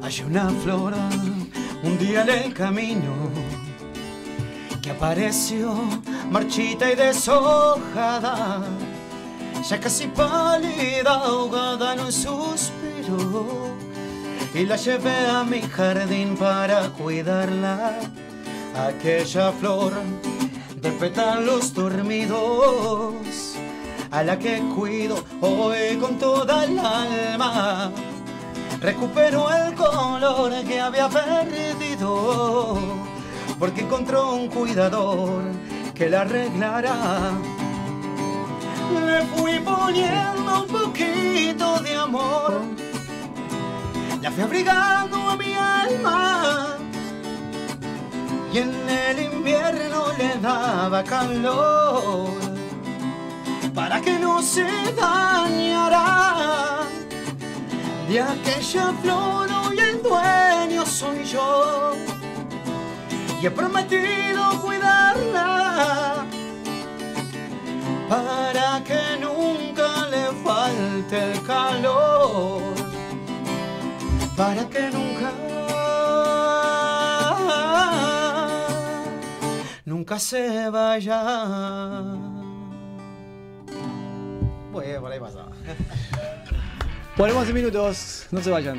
Hay una flor un día en el camino que apareció marchita y deshojada, ya casi pálida, ahogada en un suspiro. Y la llevé a mi jardín para cuidarla, aquella flor de pétalos dormidos. a la que cuido hoy con toda el alma. Recupero el color que había perdido, porque encontró un cuidador que la arreglará. Le fui poniendo un poquito de amor, la fui abrigando a mi alma, y en el invierno le daba calor para que no se dañara. De aquella flor hoy el dueño soy yo y he prometido cuidarla para que nunca le falte el calor, para que nunca, nunca se vaya. Bueno, por ahí pasaba.
Volvemos en minutos, no se vayan.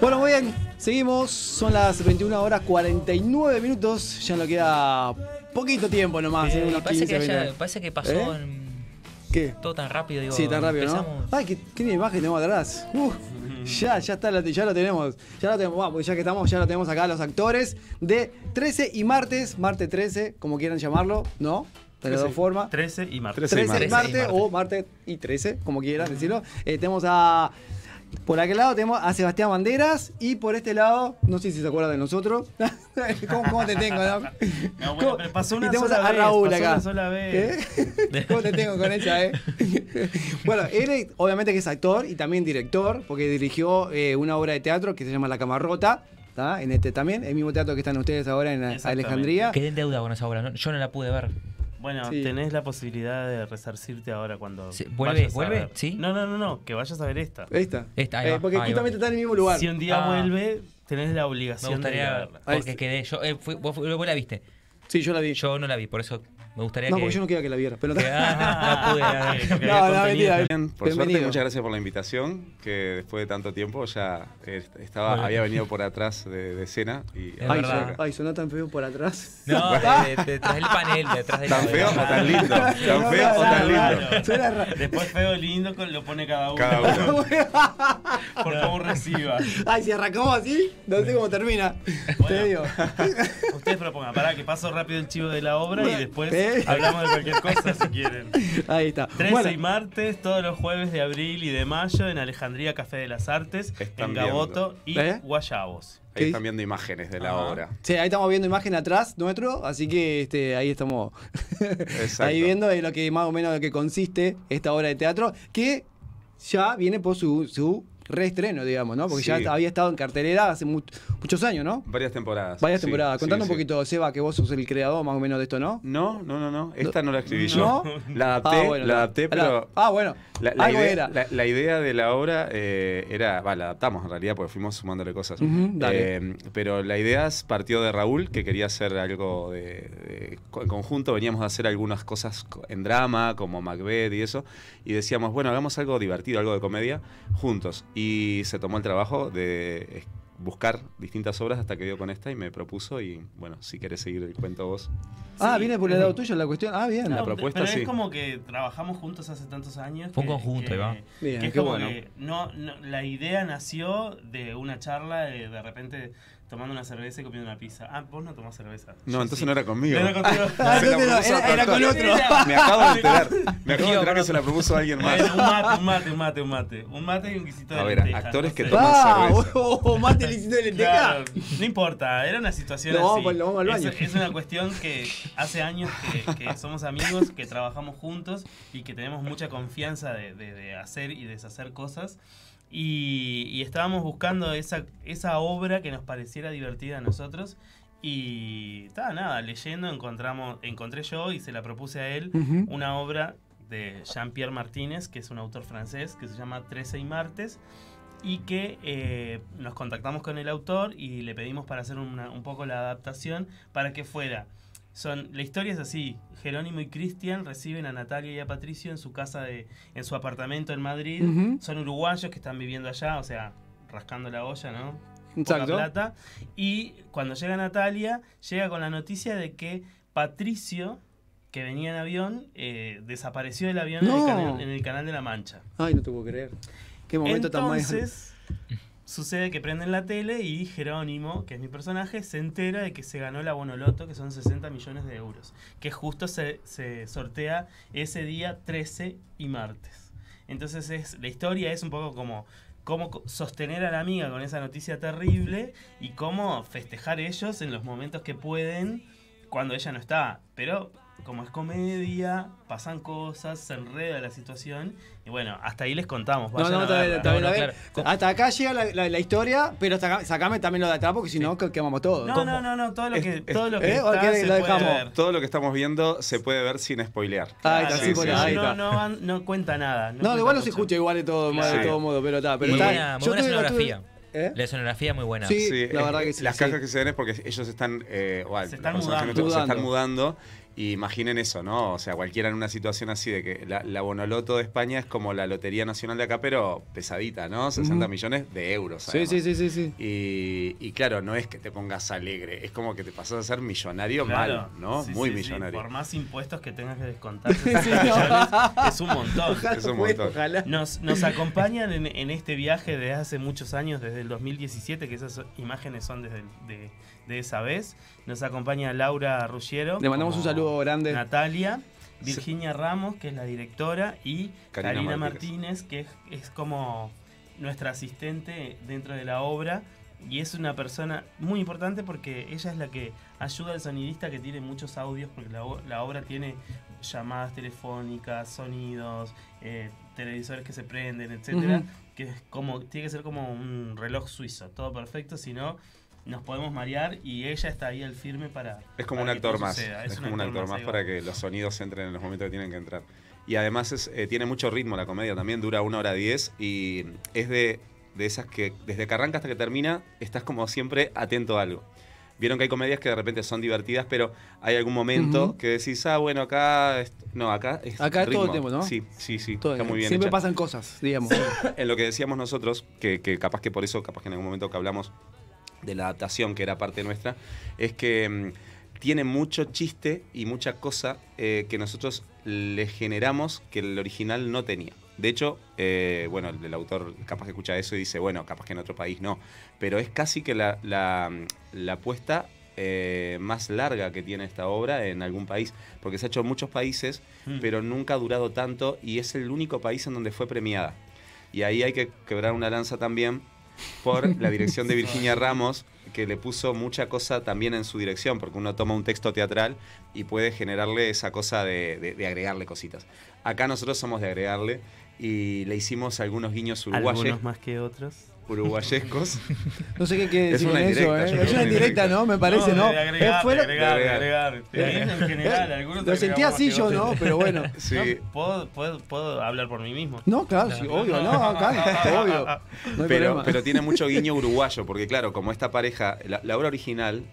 Bueno, muy bien, seguimos. Son las 21 horas 49 minutos. Ya nos queda poquito tiempo nomás.
Eh,
eh, unos
parece,
15,
que haya-
20.
parece que pasó
¿Eh?
en-
¿Qué?
todo tan rápido. Digo,
Sí, tan rápido,
empezamos-
¿no? Ay, qué, qué imagen tenemos atrás. Uf, ya, ya está, la- ya lo tenemos. Ya lo tenemos, vamos, ya que estamos, ya lo tenemos acá los actores de 13 y martes, martes 13, como quieran llamarlo, ¿no? De las dos formas.
13 y martes.
13 y
13 y
martes.
martes o martes y 13, como quieran decirlo. Eh, tenemos a. Por aquel lado tenemos a Sebastián Banderas y por este lado, no sé si se acuerdan de nosotros. ¿Cómo, cómo te tengo? no?
No, bueno,
¿Cómo?
pero pasó una
y tenemos
sola
a
vez,
Raúl
pasó
acá.
una sola vez.
¿Eh? ¿Cómo te tengo con ella, eh? bueno, él es- obviamente que es actor y también director, porque dirigió eh, una obra de teatro que se llama La Camarrota, ¿tá? en este también, el mismo teatro que están ustedes ahora en la-
Exactamente.
Alejandría.
Quedé en deuda con esa obra. ¿no? Yo no la pude ver.
Bueno,
Sí.
tenés la posibilidad de resarcirte ahora cuando.
Sí, vuelve,
vayas a
vuelve,
ver.
¿sí?
No, no, no, no, que vayas a ver esta.
Ahí está. Eh,
Esta, ahí va,
porque
ahí va.
justamente está en el mismo lugar.
Si un día
Ah.
vuelve, tenés la
Me
obligación de ir a
gustaría
verla.
Ahí
porque
está.
quedé. Yo, eh, fui- vos, vos la viste.
Sí, yo la vi.
Yo no la vi, por eso me gustaría
no,
que.
porque yo no quería que la viera, pero
Eh, que- ah, no, no pude.
Ok, ok.
No, no, mentira.
Bien, por
Bienvenido.
suerte, muchas gracias por la invitación, que después de tanto tiempo ya eh, estaba,
Bueno.
había venido por atrás de, de escena y
Es
Ay,
verdad.
son- ay, sonó tan feo por atrás.
No, de- de- detrás del panel, detrás del
¿Tan feo o tan lindo? ¿Tan
No,
feo o
no,
tan
no,
lindo?
no.
Suena raro.
Después feo lindo con- lo pone cada uno.
Cada uno.
Por cómo reciba.
Ay, si arrancamos así, no sé cómo termina. Te
Bueno.
digo.
Ustedes propongan, pará, que paso rápido el chivo de la obra y después
Eh.
hablamos de cualquier cosa si quieren.
Ahí está.
13
Bueno.
y martes, todos los jueves de abril y de mayo en Alejandría Café de las Artes,
Están
en Gaboto y
¿Eh?
Guayabos.
¿Qué?
Ahí están viendo imágenes de la
Ajá.
obra.
Sí, ahí estamos viendo imagen atrás nuestro, así que este, ahí estamos ahí viendo de lo que más o menos lo que consiste esta obra de teatro, que ya viene por su, su reestreno, digamos, ¿no? Porque
Sí.
ya había estado en cartelera hace mu- muchos años, ¿no?
Varias temporadas.
Varias
sí,
temporadas.
sí,
Contando
sí.
un poquito, Seba, que vos sos el creador más o menos de esto, ¿no?
No, no, no, no. Esta no, la escribí
¿No?
yo. La adapté, la adapté, pero.
Ah, bueno.
La, la
Algo
idea,
era.
La, la idea de la obra eh, era, va, la adaptamos en realidad porque fuimos sumándole cosas.
Ujú, dale.
Eh, pero la idea es- partió de Raúl, que quería hacer algo de, de- co- en conjunto, veníamos a hacer algunas cosas co- en drama, como Macbeth y eso, y decíamos, bueno, hagamos algo divertido, algo de comedia, juntos. Y se tomó el trabajo de es- buscar distintas obras hasta que dio con esta y me propuso y bueno, si querés seguir el cuento vos.
ah,
Sí.
viene por el lado tuyo la cuestión. Ah, bien.
La propuesta,
pero
sí.
es como que trabajamos juntos hace tantos años.
Fue un
que-
conjunto,
que-
ahí va.
que
Bien,
es
qué
como
bueno.
que no, no- la idea nació de una charla de, de repente tomando una cerveza y comiendo una pizza. Ah, vos no tomás cerveza.
No, entonces no era conmigo.
Era contigo.
Ah,
Se la
entonces no,
propuso
era- era
otro
con
actor.
otro.
Me acabo de enterar. Me acabo de
Digo,
enterar que se la propuso a alguien más.
Bueno, un mate, un mate, un mate, un mate. Un mate y un guisito de
A ver,
lentejas,
actores que toman-
¡Ah!
cerveza.
oh, oh, más delicito de lenteja.
Claro, no importa, era una situación
Lo vamos
así.
para- lo vamos al baño.
Es, es una cuestión que hace años que, que somos amigos, que trabajamos juntos y que tenemos mucha confianza de, de- de hacer y deshacer cosas. Y, y estábamos buscando esa, esa obra que nos pareciera divertida a nosotros. Y ta, nada, leyendo encontramos, encontré yo y se la propuse a él
Ujú.
una obra de Jean-Pierre Martínez, que es un autor francés, que se llama 13 y martes, y que eh, nos contactamos con el autor y le pedimos para hacer una- un poco la adaptación para que fuera Son, la historia es así. Jerónimo y Cristian reciben a Natalia y a Patricio en su casa de, en su apartamento en Madrid.
Ujú.
Son uruguayos que están viviendo allá, o sea, rascando la olla, ¿no? Poca
Exacto.
plata. Y cuando llega Natalia, llega con la noticia de que Patricio, que venía en avión, eh, desapareció del avión en,
No.
el canal, en el Canal de la Mancha.
Ay, no te puedo creer. Qué momento tan mal.
Entonces, sucede que prenden la tele y Jerónimo, que es mi personaje, se entera de que se ganó la Bonoloto, que son 60 millones de euros. Que justo se, se sortea ese día 13 y martes. Entonces, es, la historia es un poco como cómo co- sostener a la amiga con esa noticia terrible y cómo festejar ellos en los momentos que pueden cuando ella no está. Pero como es comedia, pasan cosas, se enreda la situación y bueno, hasta ahí les contamos.
No,
vayan
no,
a
está bien,
verla.
está bien,
No, no,
está bien.
claro.
Hasta acá llega la, la- la historia, pero hasta acá- sacame también lo de atrás porque si no, que- quemamos todo.
No, no, no, no, todo lo que,
Es- es-
todo lo que
¿Eh? ¿O
está
qué
se
lo
puede
dejamos? Ah,
ver.
Todo lo que estamos viendo se puede ver sin spoilear.
Ahí está,
Claro,
sí,
sí,
por
sí,
ahí
sí.
no,
está.
no, van- no cuenta nada.
No,
cuenta
igual no se
mucho.
escucha igual de todo, de
Claro.
todo modo, pero está. Pero
Muy
está-
buena- muy
yo
buena
tuve- la tuve-
escenografía.
¿Eh?
La escenografía muy buena.
Sí. la
es-
verdad que sí,
Las
sí.
cajas que se ven es porque ellos están, eh, bueno,
Se
los
están
personajes
mudando.
nuestros se están
Mudando.
mudando. Y imaginen eso, ¿no? O sea, cualquiera en una situación así de que la, la Bonoloto de España es como la Lotería Nacional de acá, pero pesadita, ¿no? 60
Ujú.
millones de euros.
Sí,
además.
sí, sí, sí, sí.
Y, y claro, no es que te pongas alegre, es como que te pasas a ser millonario
Claro,
mal, ¿no?
sí,
Muy
sí, sí,
millonario.
Por más impuestos que tengas que descontar, 60
Sí,
millones, es un montón.
Ojalá
Es un
pueda,
montón.
ojalá.
Nos, nos acompañan en, en este viaje desde hace muchos años, desde el 2017, que esas imágenes son desde, el- de, de esa vez. Nos acompaña Laura Ruggiero.
Le mandamos un
como
saludo grande.
Natalia, Virginia Ramos, que es la directora, y
Karina
Karina,
Martínez.
Martínez, que es, es como nuestra asistente dentro de la obra. Y es una persona muy importante porque ella es la que ayuda al sonidista que tiene muchos audios, porque la, o- la obra tiene llamadas telefónicas, sonidos, eh, televisores que se prenden, etcétera,
Ujú.
que es como tiene que ser como un reloj suizo, todo perfecto, si no nos podemos marear y ella está ahí al firme para
Es como un
para que
actor
todo
más.
suceda.
Es, como un actor más
ahí va.
para que los sonidos entren en los momentos que tienen que entrar. Y además es, eh, tiene mucho ritmo la comedia también, dura una hora diez y es de, de esas que desde que arranca hasta que termina estás como siempre atento a algo. Vieron que hay comedias que de repente son divertidas, pero hay algún momento
Ujú.
que decís, ah, bueno, acá. es- No, acá es.
Acá es todo el
ritmo".
tiempo, ¿no?
Sí, sí, sí.
Todo
está
bien.
muy bien.
Siempre
hecha
pasan cosas, digamos.
en lo que decíamos nosotros, que, que capaz que por eso, capaz que en algún momento que hablamos de la adaptación, que era parte nuestra, es que mm, tiene mucho chiste y mucha cosa eh, que nosotros le generamos que el original no tenía. De hecho, eh, bueno, el, el autor capaz que escucha eso y dice, bueno, capaz que en otro país no, pero es casi que la, la, la apuesta eh, más larga que tiene esta obra en algún país, porque se ha hecho en muchos países,
Mm.
pero nunca ha durado tanto y es el único país en donde fue premiada. Y ahí hay que quebrar una lanza también por la dirección de Virginia Ramos, que le puso mucha cosa también en su dirección, porque uno toma un texto teatral y puede generarle esa cosa de, de- de agregarle cositas. Acá nosotros somos de agregarle y le hicimos algunos guiños uruguayes,
algunos más que otros.
uruguayescos.
No sé qué quiere
Es
decir con
una
eso,
indirecta,
¿eh?
yo creo
Es
que
una
es
indirecta,
indirecta.
¿no? Me parece, ¿no?
De
Eh,
agregar,
fue
de
lo-
agregar, de
de
agregar.
Eh,
En general,
eh,
algunos
Lo
agregamos
sentí
más
así
que
yo, ¿no?
otros.
Pero bueno.
Sí.
No, puedo, puedo, puedo hablar por mí mismo.
No, claro, sí, obvio, no, acá, este, obvio. No hay
pero,
problema.
pero tiene mucho guiño uruguayo, porque claro, como esta pareja, la, la obra original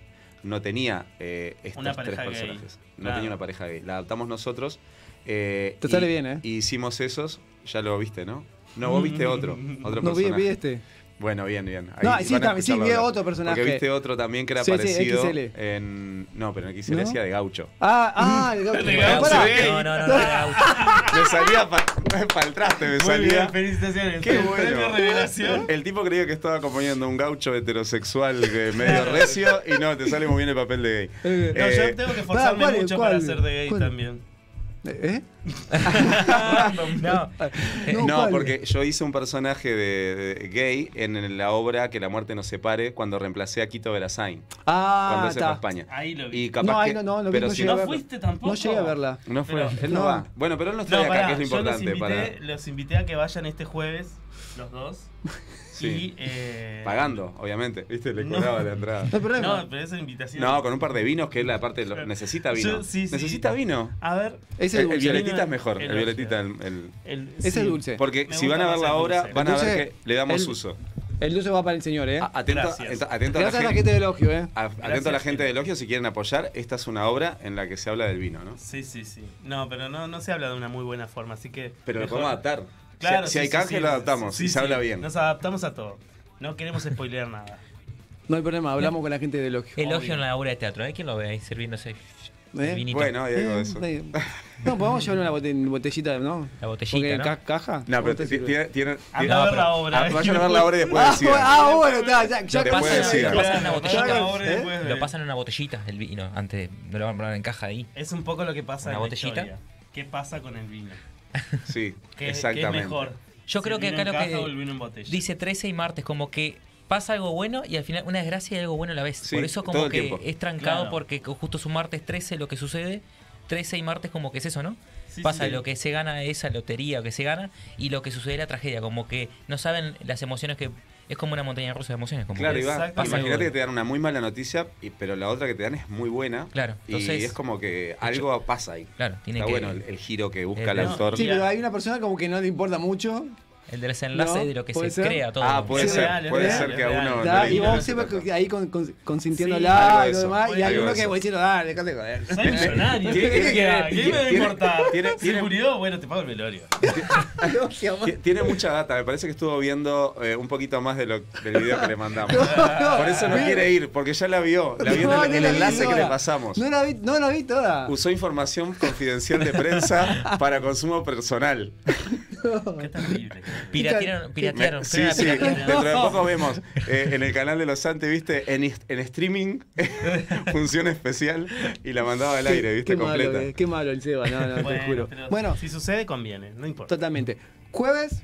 no tenía eh, estos
Una
tres
pareja gay.
personajes. No
Claro.
tenía una pareja gay. La adaptamos nosotros. eh,
Te
y-
sale bien, ¿eh? Mm.
Y hicimos esos, ya lo viste, ¿no? No, vos viste otro, otro
no vi,
personaje.
vi este.
Bueno, bien, bien. Ahí
No,
van a
sí, también, sí,
escucharlo
vi
hablar.
otro personaje.
Porque viste otro también que era
Sí, sí,
parecido
XL.
en... No, pero en XL
¿No?
hacía de gaucho.
Ah, ah, el gaucho.
Le
Pará,
gaucho,
pará.
eh.
No, no, no, no, no.
Me salía para el traste, me
Muy
salía...
bien, felicitaciones.
Qué
El
bueno.
premio revelación.
El tipo creía que estaba acompañando a un gaucho heterosexual que medio recio y no, te sale muy bien el papel de gay.
Eh,
No,
Eh,
yo tengo que esforzarme
¿cuál es?
mucho
¿Cuál?
para ser de gay
¿Cuál?
también.
¿Eh?
No.
No,
No,
¿cuál?
porque yo hice un personaje de, de gay en la obra Que la muerte nos separe cuando reemplacé a Quito Verazain
Ah,
cuando se fue a
está.
España.
Ahí Ah, lo vi.
Y capaz
No, ahí
que-
no, no, lo vi,
pero
no
si-
llegué a
¿No
verla.
fuiste tampoco?
No llegué a verla.
no fue,
Pero-
él no,
No.
va. Bueno, pero él nos
No,
trae acá,
pará,
que es lo
yo los
importante
invité,
para
los invité a que vayan este jueves, los dos.
Sí.
Y, eh,
pagando, obviamente. ¿Viste? Le
No.
cobraba la entrada.
No hay problema.
No, pero esa invitación.
No, con un par de vinos que él aparte lo- necesita vino.
Yo- sí, sí.
necesita vino.
A ver,
Ese
El, el
dulce.
violetita es mejor,
El
el violetita, el- el
el,
Ese
sí.
dulce.
Porque
Me
si van a
gusta
ver
más
la
el
obra,
dulce.
van a ver
Entonces,
que le damos
el-
uso.
El dulce va para el señor, ¿eh?
A- Atento,
Gracias.
ent- atento a Ah, la
Gracias a la
gente.
gente de elogio, ¿eh?
a- Atento a la
Gracias,
gente de
Gil.
elogio si quieren apoyar. Esta es una obra en la que se habla del vino, ¿no?
Sí, sí, sí. No, pero no, no se habla de una muy buena forma, así que.
Pero lo
mejor-
podemos adaptar. Si-
Claro,
si,
sí,
hay
sí,
canje,
sí,
lo
sí,
adaptamos.
sí,
si se
sí.
habla bien.
Nos adaptamos a todo. No queremos spoilear nada.
No hay problema, hablamos con la gente de elogio.
Elogio
Obvio.
en la obra de teatro. ¿eh? ¿Quién lo ve ahí sirviéndose
¿Eh?
el vinito?
Bueno, hay algo de
Eh,
eso.
eh, No, podemos llevar una bote- botellita, ¿no?
La botellita,
Porque
¿no?
ca- caja.
No, pero
¿Cómo te
ti-
sirve?
tiene. tiene-
Anda a ver la obra. eh.
Ah, vayan a ver la obra y después
Ah,
deciden.
ah, bueno, está, ya, ya
Te
casi-
puede decir.
Lo pasan en una botellita.
Ahora y después
¿Eh? Lo
de-
pasan en una botellita el vino. Antes no lo van a poner en caja ahí.
Es un poco lo que pasa
¿Una
en la
botellita?
historia. ¿Qué pasa con el vino?
Sí,
¿Qué,
exactamente.
qué es mejor?
Yo
¿Si
creo
el
que
vino
acá lo
en caja
que
o el vino en botella?
Dice 13 y martes, como que pasa algo bueno y al final una desgracia y algo bueno a la vez.
Sí,
Por eso
todo
como
el
que
tiempo.
es trancado
Claro.
porque justo su martes 13 lo que sucede, 13 y martes como que es eso, ¿no?
Sí,
pasa
sí.
lo que se gana esa lotería o que se gana y lo que sucede la tragedia, como que no saben las emociones que es como una montaña rusa de emociones, como
Claro,
que-
Iván,
Exacto.
Pasa
imagínate
algo.
que te dan una muy mala noticia, y- pero la otra que te dan es muy buena.
Claro, entonces-
y es como que algo pasa ahí.
Claro, tiene
Está
que-
bueno el, el giro que
Eh,
busca
el-
el,
no,
autor.
Sí,
Ya.
pero hay una persona como que no le importa mucho.
el desenlace
No,
de lo que
¿puede
se
ser?
crea todo.
Ah, puede
Sí,
ser,
real, es
puede
real,
ser que a
es
uno.
real.
no
Bueno,
¿tá?
le
y vos
interese
siempre
tanto.
co- ahí con, con-
Sí,
consintiéndola
algo de
y lo
eso,
demás. Y hay
algo
uno
de
que
eso.
va diciendo, dale, déjate de joder.
Soy millonario. ¿Qué me queda? ¿Qué me va a
Tiene-
importar?
tiene-
¿Se murió? Bueno, te pago el velorio.
No, qué amor.
Ti- Tiene mucha data, me parece que estuvo viendo eh, un poquito más de lo, del video que le mandamos.
no.
Por eso no
Mira.
quiere ir, porque ya la vio. La vio
No,
en
no
el,
la vi
enlace que
toda.
le pasamos.
No la vi, no la vi toda.
Usó información confidencial de prensa para consumo personal.
Qué terrible.
Piratearon, piratearon, fueron
Me- sí,
a
sí,
piratear.
dentro de poco vemos eh, en el canal de los Santos, viste, en, ist- en streaming, función especial, y la mandaba al aire, viste,
qué Malo, eh,
completa.
que- qué malo el Seba, no, no, te juro.
pero
Bueno,
si sucede, conviene, no importa.
totalmente. Jueves,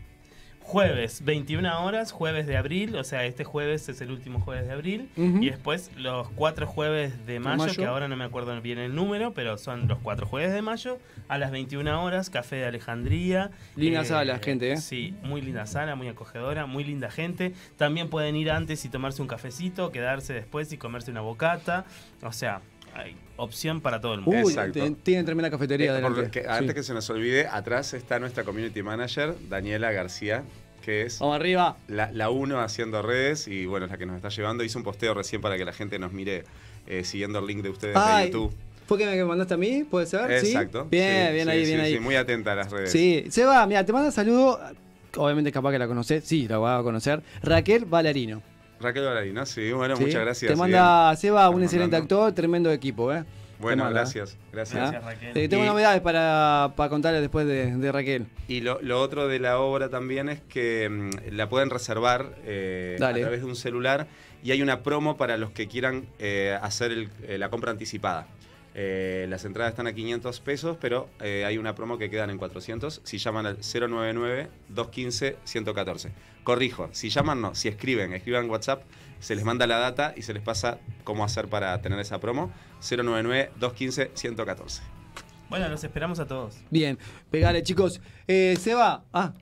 Jueves, 21 horas, jueves de abril, o sea, este jueves es el último jueves de abril,
Ujú.
y después los cuatro jueves de mayo,
mayo.
que ahora no me acuerdo bien el número, pero son los cuatro jueves de mayo, a las 21 horas, Café de Alejandría.
Linda sala, gente, ¿eh?
Sí, muy linda sala, muy acogedora, muy linda gente. También pueden ir antes y tomarse un cafecito, quedarse después y comerse una bocata, o sea, hay opción para todo el mundo.
uy,
Exacto.
uh, te- tienen tremenda cafetería
Eh, por
adelante.
lo que-
Sí.
antes que se nos olvide, atrás está nuestra community manager, Daniela García, que es
Vamos arriba.
la, la uno haciendo redes y bueno, es la que nos está llevando. Hizo un posteo recién para que la gente nos mire eh, siguiendo el link de ustedes
Ay,
de YouTube.
¿Fue que me mandaste a mí? ¿Puede ser? ¿Sí?
Exacto.
Bien,
Sí,
bien
sí,
ahí, bien
sí,
ahí.
sí, muy atenta a las redes.
Sí, Seba, mira, te manda saludo. Obviamente capaz que la conocés, sí, la vas a conocer. Raquel Valarino.
Raquel Balarino, sí, bueno,
¿sí?
muchas gracias.
Te manda
bien.
Seba, un
Están
excelente
mandando.
actor, tremendo equipo, ¿eh? Te
Bueno,
manda, ¿eh?
gracias, gracias.
Gracias, Raquel.
Eh, tengo
Y-
novedades para, para contarles después de, de Raquel.
Y lo, lo otro de la obra también es que mm, la pueden reservar eh, a
Dale.
través de un celular y hay una promo para los que quieran eh, hacer el- eh, la compra anticipada. Eh, las entradas están a 500 pesos, pero eh, hay una promo que quedan en 400 si llaman al 099-215-114. Corrijo, si llaman no, si escriben, escriban WhatsApp, se les manda la data y se les pasa cómo hacer para tener esa promo. 099-215-114.
Bueno, los esperamos a todos.
Bien, pegale, chicos. Eh, Seba, ah.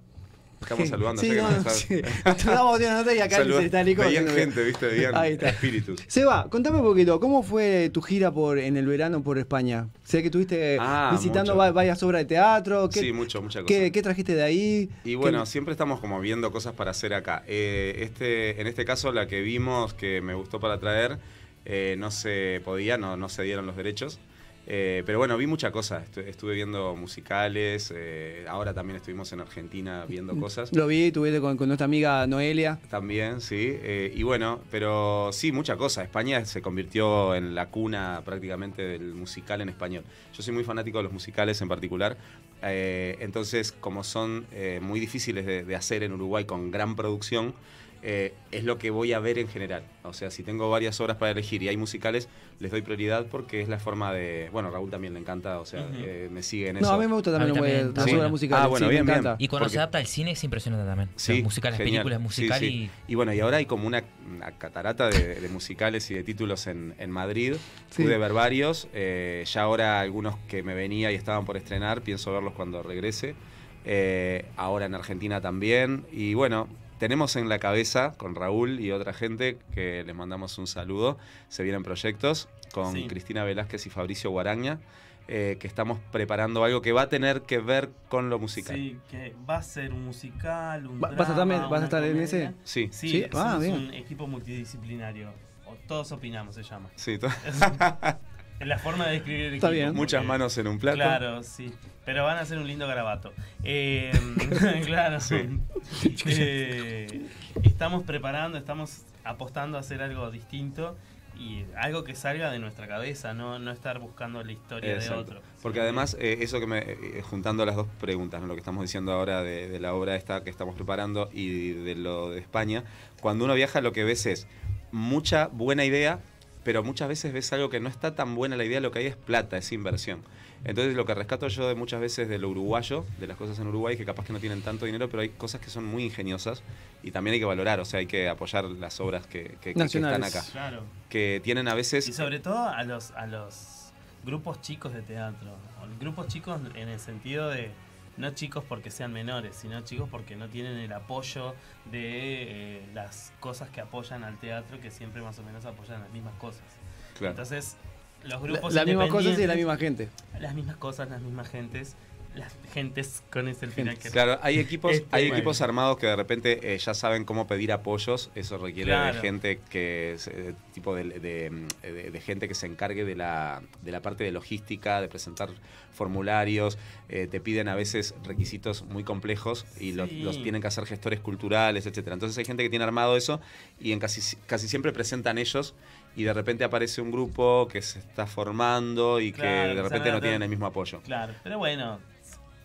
Estamos saludando.
Sí,
ya que
no,
nos
no,
está-
sí. Estamos haciendo nota y acá
Saludos.
se está Nico.
Veían gente, viste, veían
Ahí está.
espíritus.
Seba, contame un poquito, ¿cómo fue tu gira por en el verano por España? Sé que estuviste
Ah,
visitando
mucho.
va- varias obras de teatro. ¿Qué,
Sí, mucho, mucha cosa.
qué- qué trajiste de ahí?
y bueno, siempre estamos como viendo cosas para hacer acá. Eh, este, en este caso, la que vimos que me gustó para traer, eh, no se podía, no, no se dieron los derechos. Eh, pero bueno, vi mucha cosa. Estu- estuve viendo musicales, eh, ahora también estuvimos en Argentina
Mm.
viendo cosas.
Lo vi, estuviste con, con nuestra amiga Noelia.
También, sí. Eh, y bueno, pero sí, mucha cosa. España se convirtió en la cuna prácticamente del musical en español. Yo soy muy fanático de los musicales en particular. eh, entonces, como son eh, muy difíciles de, de hacer en Uruguay con gran producción, eh, es lo que voy a ver en general. O sea, si tengo varias obras para elegir y hay musicales, les doy prioridad porque es la forma de... Bueno, Raúl también le encanta, o sea,
Ujú.
eh, me sigue en
No,
eso.
a mí me gusta también,
A mí también,
la
está bueno.
música.
Ah, bueno, bien, bien.
Y cuando
Porque-
se adapta al cine es impresionante también. O sea, musical, las
genial.
películas, musical
Sí,
y
sí. bueno, y ahora hay como una, una catarata de, de musicales y de títulos en, en Madrid.
Sí.
Pude ver varios. eh, ya ahora algunos que me venía y estaban por estrenar, pienso verlos cuando regrese. Eh, ahora en Argentina también. Y bueno, tenemos en la cabeza con Raúl y otra gente que les mandamos un saludo. Se vienen proyectos con
Sí.
Cristina Velázquez y Fabricio Guaraña, eh, que estamos preparando algo que va a tener que ver con lo musical. Sí.
Sí, que va a ser un musical, un
Va- vas a
drama,
estar- vas a
una
estar en
comedia.
ese.
Sí,
Sí,
Sí,
es,
ah,
un- es
bien.
un equipo multidisciplinario. O todos opinamos, se llama.
to-
Es la forma de describir el
Está
equipo,
bien.
porque-
muchas manos en un plato.
Claro, sí. Pero van a hacer un lindo garabato. Eh, claro.
Sí.
Eh, estamos preparando, estamos apostando a hacer algo distinto y algo que salga de nuestra cabeza, no, no estar buscando la historia
Exacto.
de otro.
Porque además, eh, eso que me. eh, juntando las dos preguntas, ¿no? lo que estamos diciendo ahora de, de la obra esta que estamos preparando y de lo de España, cuando uno viaja lo que ves es mucha buena idea, pero muchas veces ves algo que no está tan buena la idea, lo que hay es plata, es inversión. Entonces, lo que rescato yo de muchas veces de lo uruguayo, de las cosas en Uruguay, que capaz que no tienen tanto dinero, pero hay cosas que son muy ingeniosas y también hay que valorar, o sea, hay que apoyar las obras que, que- que- que están
Nacionales.
acá,
Claro.
que tienen a veces.
Y sobre todo a los, a los grupos chicos de teatro. O Grupos chicos en el sentido de no chicos porque sean menores, sino chicos porque no tienen el apoyo de eh, las cosas que apoyan al teatro, que siempre más o menos apoyan las mismas cosas.
Claro.
Entonces, los
La-
grupos
Las mismas cosas y
independientes-
la misma gente.
las mismas cosas, las mismas gentes, las gentes con ese final que
Claro, hay equipos,
Este,
hay
bueno.
equipos armados que de repente eh, ya saben cómo pedir apoyos. Eso requiere
Claro.
de gente que es, eh, tipo de, de- mm, de- de gente que se encargue de la, de la parte de logística, de presentar formularios. Eh, te piden a veces requisitos muy complejos y los,
Sí.
los tienen que hacer gestores culturales, etcétera. Entonces hay gente que tiene armado eso y en casi, casi siempre presentan ellos. Y de repente aparece un grupo que se está formando y
Claro,
que de
que se
repente no
adaptan.
tienen el mismo apoyo.
Claro, pero bueno,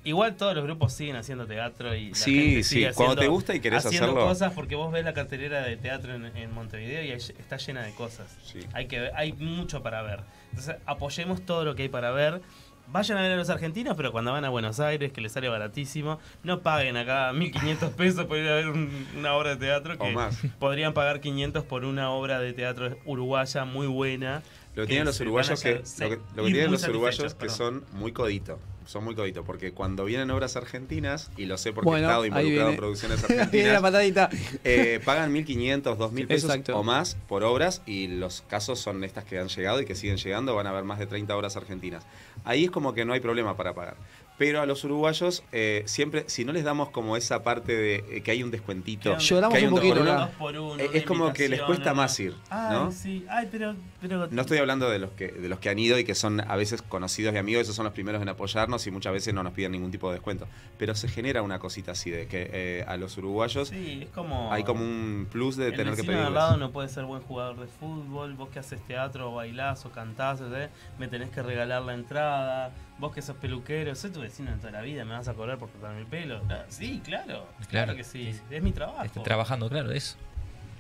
igual todos los grupos siguen haciendo teatro y la
Sí, sí,
gente sigue
cuando
haciendo-
te gusta y querés
haciendo
hacerlo.
cosas porque vos ves la cartelera de teatro en, en Montevideo y hay- está llena de cosas.
Sí.
Hay que ver- hay mucho para ver. Entonces, apoyemos todo lo que hay para ver. Vayan a ver a los argentinos, pero cuando van a Buenos Aires, que les sale baratísimo, no paguen acá 1.500 pesos por ir a ver un- una obra de teatro.
O
Que
más.
Podrían pagar 500 por una obra de teatro uruguaya muy buena.
Lo que
que
tienen los
se
uruguayos
van a
que,
hacer-
lo que,
sí,
lo que
y
tienen
muy
los uruguayos
satisfechos,
que
perdón.
son muy codito, son muy codito, porque cuando vienen obras argentinas y lo sé porque
Bueno,
he estado
ahí
involucrado
viene.
en producciones
Viene la
argentinas,
patadita.
eh, pagan 1500, 2000 pesos
Exacto.
o más por obras y los casos son estas que han llegado y que siguen llegando, van a haber más de 30 obras argentinas. Ahí es como que no hay problema para pagar. Pero a los uruguayos eh, siempre si no les damos como esa parte de eh, que hay un descuentito,
Lloramos
que hay
un
dos
poquito,
por uno,
¿no?
Dos por uno,
eh,
una
es como que les
invitación,
cuesta
una-
más ir,
Ay,
¿no?
sí. Ay, pero, pero...
No estoy hablando de los que de los que han ido y que son a veces conocidos y amigos, esos son los primeros en apoyarnos y muchas veces no nos piden ningún tipo de descuento. Pero se genera una cosita así de que eh, a los uruguayos
Sí, es como...
hay como un plus de
el
tener que
vecino de al lado
pedirles.
no puede ser buen jugador de fútbol, vos que haces teatro, o bailás o cantás, ¿eh? me tenés que regalar la entrada, vos que sos peluquero, soy tu vecino de toda la vida, me vas a cobrar por cortarme el pelo. Ah, Sí, claro, claro,
Claro.
que sí, es mi trabajo.
Está este, trabajando, claro, de eso.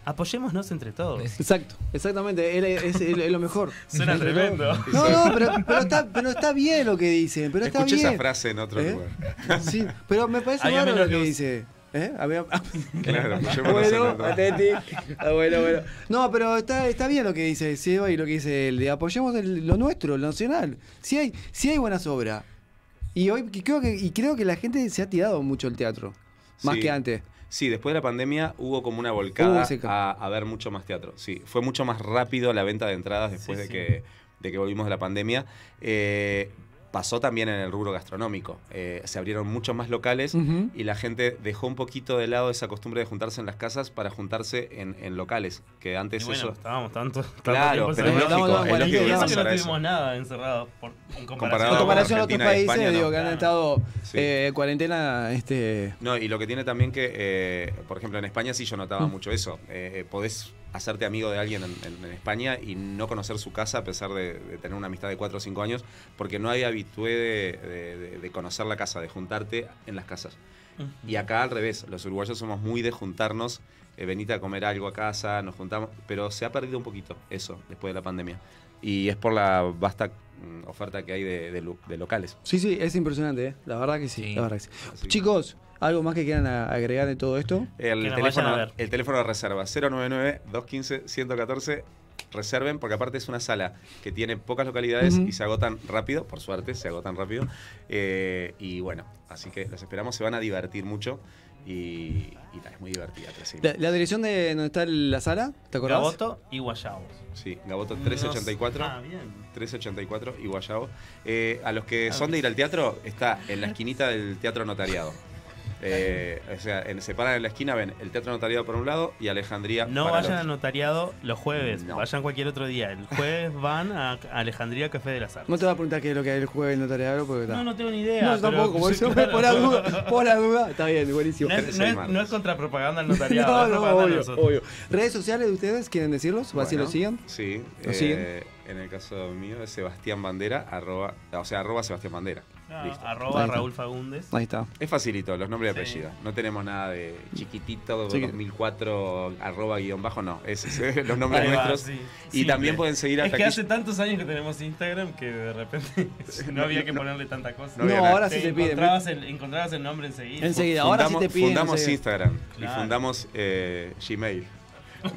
Apoyémonos entre todos.
Es-
Exacto, exactamente, él es, es- es lo mejor.
Suena tremendo.
No, no, pero, pero está, pero está bien lo que dice. Pero está
Escuché
bien.
esa frase en otro
¿Eh?
lugar.
Sí, pero me parece
Había
raro lo
menos
que
luz.
dice. ¿Eh? Había-
Claro, escuchémonos en
Bueno,
otro.
atenti. Ah, bueno, bueno. No, pero está, está bien lo que dice Seba y lo que dice él. de Apoyemos el- lo nuestro, lo nacional. Si hay, si hay buenas obras. Y hoy que creo que, y creo que la gente se ha tirado mucho el teatro. Más
Sí.
que antes.
Sí, después de la pandemia hubo como una volcada
Hubo ese cambio.
a, a ver mucho más teatro. Sí, fue mucho más rápido la venta de entradas después de,
Sí, sí.
Que, de que volvimos de la pandemia. Eh, pasó también en el rubro gastronómico. Eh, se abrieron muchos más locales
Ujú.
y la gente dejó un poquito de lado esa costumbre de juntarse en las casas para juntarse en, en locales, que antes
Y bueno,
eso...
estábamos tanto, tanto
Claro,
tiempo
pero es
encerrados.
lógico, Estábamos en es lógico que
Y eso que no
pasara eso.
tuvimos nada encerrado por, en
Comparado
comparación.
En
con
comparación a otros
Argentina y
países,
España, no.
digo, que han
Claro.
estado
Sí.
eh, cuarentena, este.
No, y lo que tiene también que, eh, por ejemplo, en España sí yo notaba mucho eso. Eh, eh, podés hacerte amigo de alguien en, en- en España y no conocer su casa a pesar de, de tener una amistad de 4 o 5 años, porque no hay habitué de, de- de- de conocer la casa, de juntarte en las casas. Y acá al revés, los uruguayos somos muy de juntarnos, eh, venite a comer algo a casa, nos juntamos, pero se ha perdido un poquito eso después de la pandemia. Y es por la vasta mm, oferta que hay de, de lu- de locales.
Sí, sí, es impresionante, ¿eh? La verdad que sí.
Sí.
La verdad que sí.
Así que-
Chicos, ¿algo más que quieran a- agregar de todo esto?
El
Que nos vayan a
teléfono,
ver.
el teléfono de reserva 099 215 114 reserven, porque aparte es una sala que tiene pocas localidades
Ujú.
y se agotan rápido, por suerte, se agotan rápido. Eh, y bueno, así que los esperamos, se van a divertir mucho y, y nada, es muy divertida. Tres
La, la dirección de donde está la sala, ¿te acordás?
Gaboto y Guayabos.
Sí, Gaboto
No-
384.
Ah, bien.
384 y Guayabo. Eh, a los que
Ah,
son de ir al teatro, está en la esquinita del Teatro Notariado. Eh, o sea, en- se paran en la esquina, ven el Teatro Notariado por un lado y Alejandría
No
para el
vayan
otro.
al notariado los jueves,
No.
vayan cualquier otro día. El jueves van a Alejandría Café de las
No
Artes.
te voy a preguntar qué es lo que hay el jueves en notariado porque está.
No, no tengo ni
No,
idea.
yo
Ah, pero-
tampoco, por, eso,
claro.
por la duda, por la duda. Está bien, buenísimo.
No es, no es- no es contrapropaganda al notariado,
No,
es
no,
propaganda a
obvio,
nosotros.
obvio. ¿Redes sociales de ustedes quieren decirlos? ¿O así
Bueno,
lo siguen?
Sí.
¿Lo
eh,
siguen?
En el caso mío es Sebastián Bandera, arroba, o sea, arroba Sebastián Bandera.
Ah,
Listo.
arroba
Ahí está.
Raúl Fagundes.
Ahí está.
Es facilito, los nombres y
Sí.
apellidos. No tenemos nada de chiquitito,
Sí.
2004, arroba guión bajo, no. Es, es- los nombres
Ahí va,
nuestros.
sí.
Y
Simple.
también pueden seguir a
Es que
Taquilla-
hace tantos años que tenemos Instagram que de repente no había que ponerle tanta cosa.
No había nada.
ahora sí te piden.
Encontrabas el, encontrabas el nombre enseguida.
Enseguida, ahora sí
fundamos,
te piden.
fundamos
enseguida.
Instagram y
Claro.
fundamos eh, Gmail.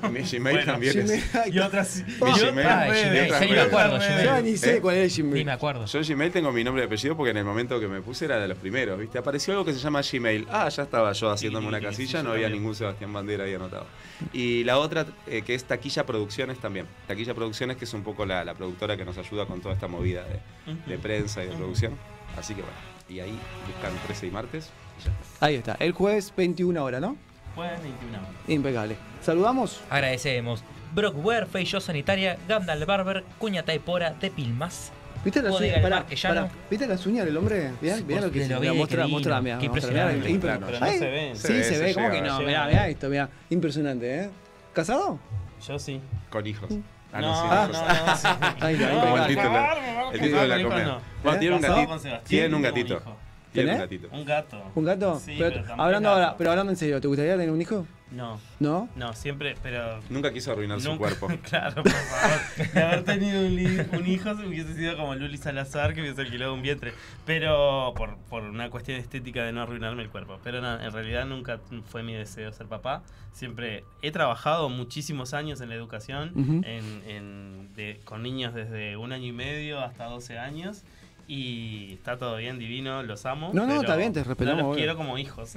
Mi Gmail
Bueno,
también es.
Gmail.
Y otras. y
Ah,
otras
Gmail.
Ay,
Gmail,
redes, otras
sí, me
acuerdo,
redes.
Gmail.
Yo ni sé
¿Eh?
cuál es Gmail.
Sí, me acuerdo.
Yo en Gmail tengo mi nombre y apellido porque en el momento que me puse era de los primeros, ¿viste? Apareció algo que se llama Gmail. Ah, ya estaba yo haciéndome
Sí,
una
sí,
casilla,
sí,
no
yo
había
también.
ningún Sebastián Bandera ahí anotado. Y la otra, eh, que es Taquilla Producciones también. Taquilla Producciones, que es un poco la, la productora que nos ayuda con toda esta movida de,
Ujú.
de prensa y de
Ujú.
producción. Así que bueno, y ahí buscan 13 y martes y ya está.
Ahí está. El jueves 21 horas, ¿no?
Jueves 21 horas.
Impecable. ¿Saludamos?
Agradecemos. Brock Werfe, Yo Sanitaria, Gandalf Barber, Cuña Taipora, de Pilmas.
¿Viste las
Bodega
uñas?
del
Pará,
Parque Llano.
pará. ¿Viste las uñas del hombre? Mirá,
Sí,
mirá
por-
lo que
te
se
lo
mira,
vi,
Muestra,
qué
muestra,
lindo.
mirá,
Qué
muestra, mirá,
impresionante.
impre-
Pero
no
Ay,
se ve.
Sí, se,
Se
ve.
ve,
¿Cómo
se
que no?
llega.
Mirá, mirá esto, mirá. Impresionante, ¿eh? ¿Casado?
Yo sí.
Con hijos. Ah,
no,
sí,
no,
hijos.
no, no, sí.
Ahí está,
No,
ahí
Como
está.
el
acá,
título,
vamos,
el título de la
acá,
comedia.
no.
Bueno, tiene un
Pasado
gatito.
con Sebastián,
Tiene un
tengo un
gatito.
hijo.
Tiene un
¿Tenés?
gatito.
Un gato.
¿Un gato?
Sí,
Pero-
pero tampoco
hablando
gato.
ahora, pero hablando en serio, ¿te gustaría tener un hijo?
No,
¿No?
no, siempre, pero.
Nunca quiso arruinar su
nunca-
cuerpo.
claro, por favor. De haber tenido un, li- un hijo se hubiese sido como Luli Salazar que hubiese alquilado un vientre. Pero por, por una cuestión estética de no arruinarme el cuerpo. Pero no, en realidad nunca fue mi deseo ser papá. Siempre he trabajado muchísimos años en la educación,
Ujú.
en- en- de- con niños desde un año y medio hasta 12 años. Y está todo bien, divino, los amo.
No, no,
pero
está bien, te respetamos,
No los
obvio.
quiero como hijos.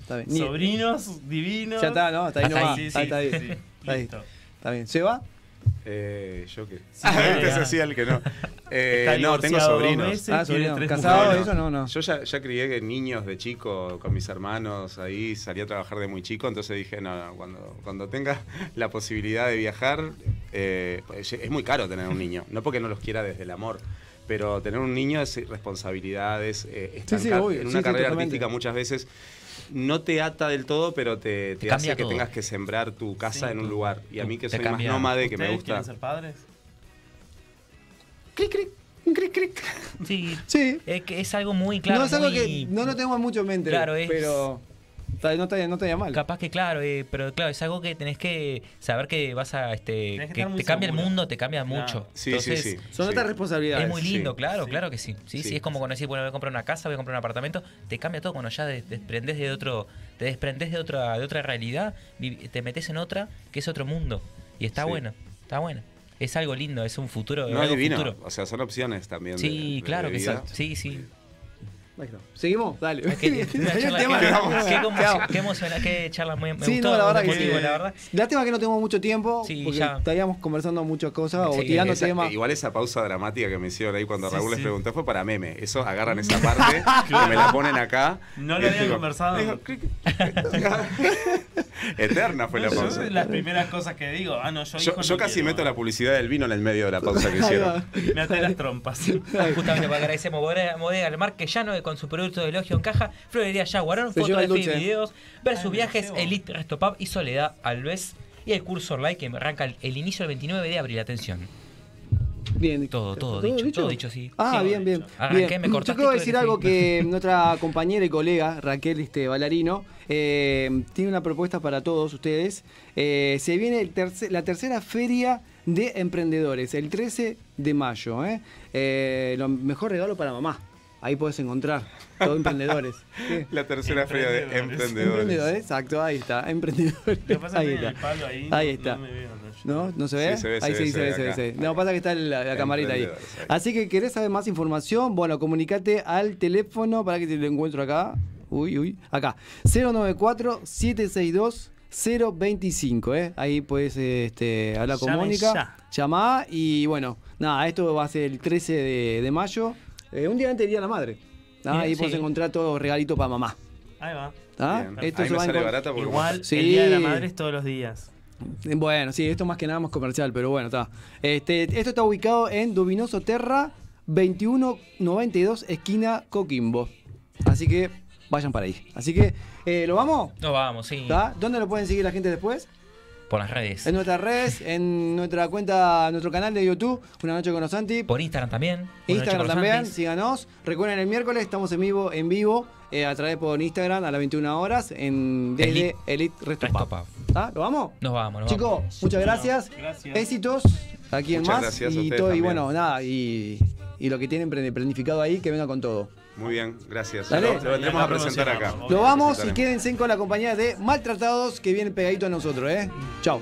Está bien. Ni-
Sobrinos divinos.
Ya está, ¿no? Está ahí
Hasta
nomás.
Sí, sí,
Está ahí, está ahí.
sí, sí.
Está ahí.
Listo.
Está bien. ¿Se va?
Eh, yo qué.
Sí,
este es
ya.
así el que no. Eh,
Está
no, tengo
divorciado dos
sobrinos.
veces. Sí,
ah,
tiene
sobrino.
tres
¿Casado?
mujeres.
Eso no, no.
Yo ya, ya crié niños de chico con mis hermanos ahí, salí a trabajar de muy chico, entonces dije, no, no, cuando, cuando tenga la posibilidad de viajar, eh, es es muy caro tener un niño, no porque no los quiera desde el amor, pero tener un niño es responsabilidades, eh,
Sí, sí,
estancar-
obvio,
en
sí,
una
sí,
carrera
totalmente.
artística muchas veces no te ata del todo, pero te, te hace
cambia
que
todo.
tengas que sembrar tu casa
Sí,
en un
tú-
lugar. Y a
tú-
mí que
te
soy más
cambia.
nómade, que
¿Ustedes
me gusta...
quieren ser padres?
Cric, cric, cric, cric.
Sí.
Sí.
Es, que es algo muy claro.
no es algo
muy-
que no lo tenemos mucho en mente.
Claro, es-
Pero está- no está, no está mal.
Capaz que claro, eh, pero claro, es algo que tenés que saber que vas a, este,
Tenés que
que,
estar muy
te cambia el
seguro.
mundo, te cambia
Claro.
mucho.
Sí,
Entonces,
sí, sí.
Son
sí.
otras responsabilidades.
Es muy lindo,
Sí,
claro,
sí.
claro que sí. Sí,
Sí.
sí. es como cuando decís, bueno, voy a comprar una casa, voy a comprar un apartamento, te cambia todo cuando ya de- desprendés de otro, te desprendés de otra, de otra realidad, vi- te metes en otra que es otro mundo. Y está
Sí.
bueno, está bueno. Es algo lindo, es un futuro,
No es
algo
divino.
futuro.
O sea, son opciones también. de-
Sí,
de-
claro
de
que sí.
vida.
Sí, sí.
Ahí está. ¿Seguimos? Dale.
Ay, qué- una
Hay un
charla-
tema
qué-
que-
Qué
Chao.
emoción- qué emocionante, qué charla muy, me
Sí,
gustó,
no, la verdad
muy
que sí.
emotivo, la verdad.
Lástima que no tenemos mucho tiempo,
Sí,
porque
ya.
estaríamos conversando muchas cosas o
Sí,
tirando
Esa-
temas.
igual esa pausa dramática que me hicieron ahí cuando
Sí,
Raúl les
sí.
preguntó fue para meme. Eso agarran esa parte, me la ponen acá.
No
y
lo
es
había
tipo-
conversado.
Digo, clic. Eterna fue la
No, yo
pausa.
de las primeras cosas que digo. Ah, no, yo,
Yo,
hijo
yo
no
casi
quiero.
meto la publicidad del vino en el medio de la pausa que hicieron.
Me até las trompas.
Justamente porque agradecemos Bodega Bodega del Mar que ya no con su producto de elogio en caja, Florería Yaguarón,
Se lleva el
fotografía y
dulce.
videos,
Ay,
versus
Ah, me
viajes,
llevo.
Elite Resto Pub y Soledad Alves. Y el curso online que arranca el, el inicio del 29 de abril, atención.
Bien.
Todo, todo dicho, todo dicho, sí.
Ah,
Sí,
bien,
todo
bien.
dicho. Arranqué,
bien.
me cortaste
Yo quiero
y
decir
todo
algo
lo que-
que nuestra compañera y colega Raquel este, Valarino eh, tiene una propuesta para todos ustedes. Eh, se viene el terce- la tercera feria de emprendedores, el 13 de mayo. ¿eh? Eh, lo mejor regalo para mamá. Ahí puedes encontrar. Todo emprendedores. ¿Qué?
La tercera feria de
Emprendedores.
Emprendedores,
emprendedores.
exacto, ahí está, emprendedores.
Lo que pasa
ahí
es que tiene
está.
el palo ahí.
Ahí
no-
está.
No, me veo, no, yo-
¿No? ¿No se ve?
Sí, se ve,
ahí
se ve,
sí, se ve, se ve.
acá.
se ve. No, pasa que está la, la camarita ahí.
Emprendedores, ahí.
Así que querés saber más información, bueno, comunicate al teléfono para que te lo encuentro acá. Uy, uy, acá. 094-762-025, ¿eh? Ahí puedes este, hablar con
Llamen
Mónica.
ya.
Llamá y bueno, nada, esto va a ser el 13 de, de mayo. Eh, un día antes del Día de la Madre. Ah,
Bien,
ahí
sí.
puedes encontrar todos regalitos para mamá.
Ahí va.
¿Ah?
Bien.
Esto
Ahí
se
me
va a
sale
encon-
barata porque
Igual,
Sí.
el Día de la Madre es todos los días.
Bueno, sí, esto más que nada más comercial, pero bueno, está. Este, esto está ubicado en Dubinoso Terra 2192, esquina Coquimbo. Así que vayan para ahí. Así que, eh, ¿lo vamos?
Nos vamos, sí.
¿Está? ¿Dónde lo pueden seguir la gente después?
Por las redes.
En nuestras redes, en nuestra cuenta, nuestro canal de YouTube, Una Noche con los Santi.
Por Instagram también. Una noche
Instagram
con los
también,
Santis.
síganos. Recuerden, el miércoles estamos en vivo, en vivo, eh, a través por Instagram a las 21 horas, en, desde Elite,
Elite.
Resto
Resto
Pub.
Pub.
¿Está? ¿Lo vamos?
Nos vamos, nos
Chicos,
vamos.
muchas gracias.
Bueno, gracias.
Éxitos. Aquí en
Muchas
más.
gracias a
y
ustedes
todo, y
también.
bueno, nada, y, y lo que tienen pre- planificado ahí, que venga con todo.
Muy bien, gracias.
Dale.
Lo, lo vendremos a presentar acá.
Lo
Lo vamos y
Presentaremos.
quédense con la compañía de Maltratados que vienen pegadito a nosotros, ¿eh? Chao.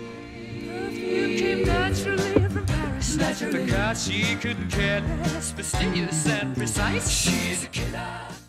perfume came naturally from Paris. Naturally.
she could get
Fastidious and precise.
She's a killer.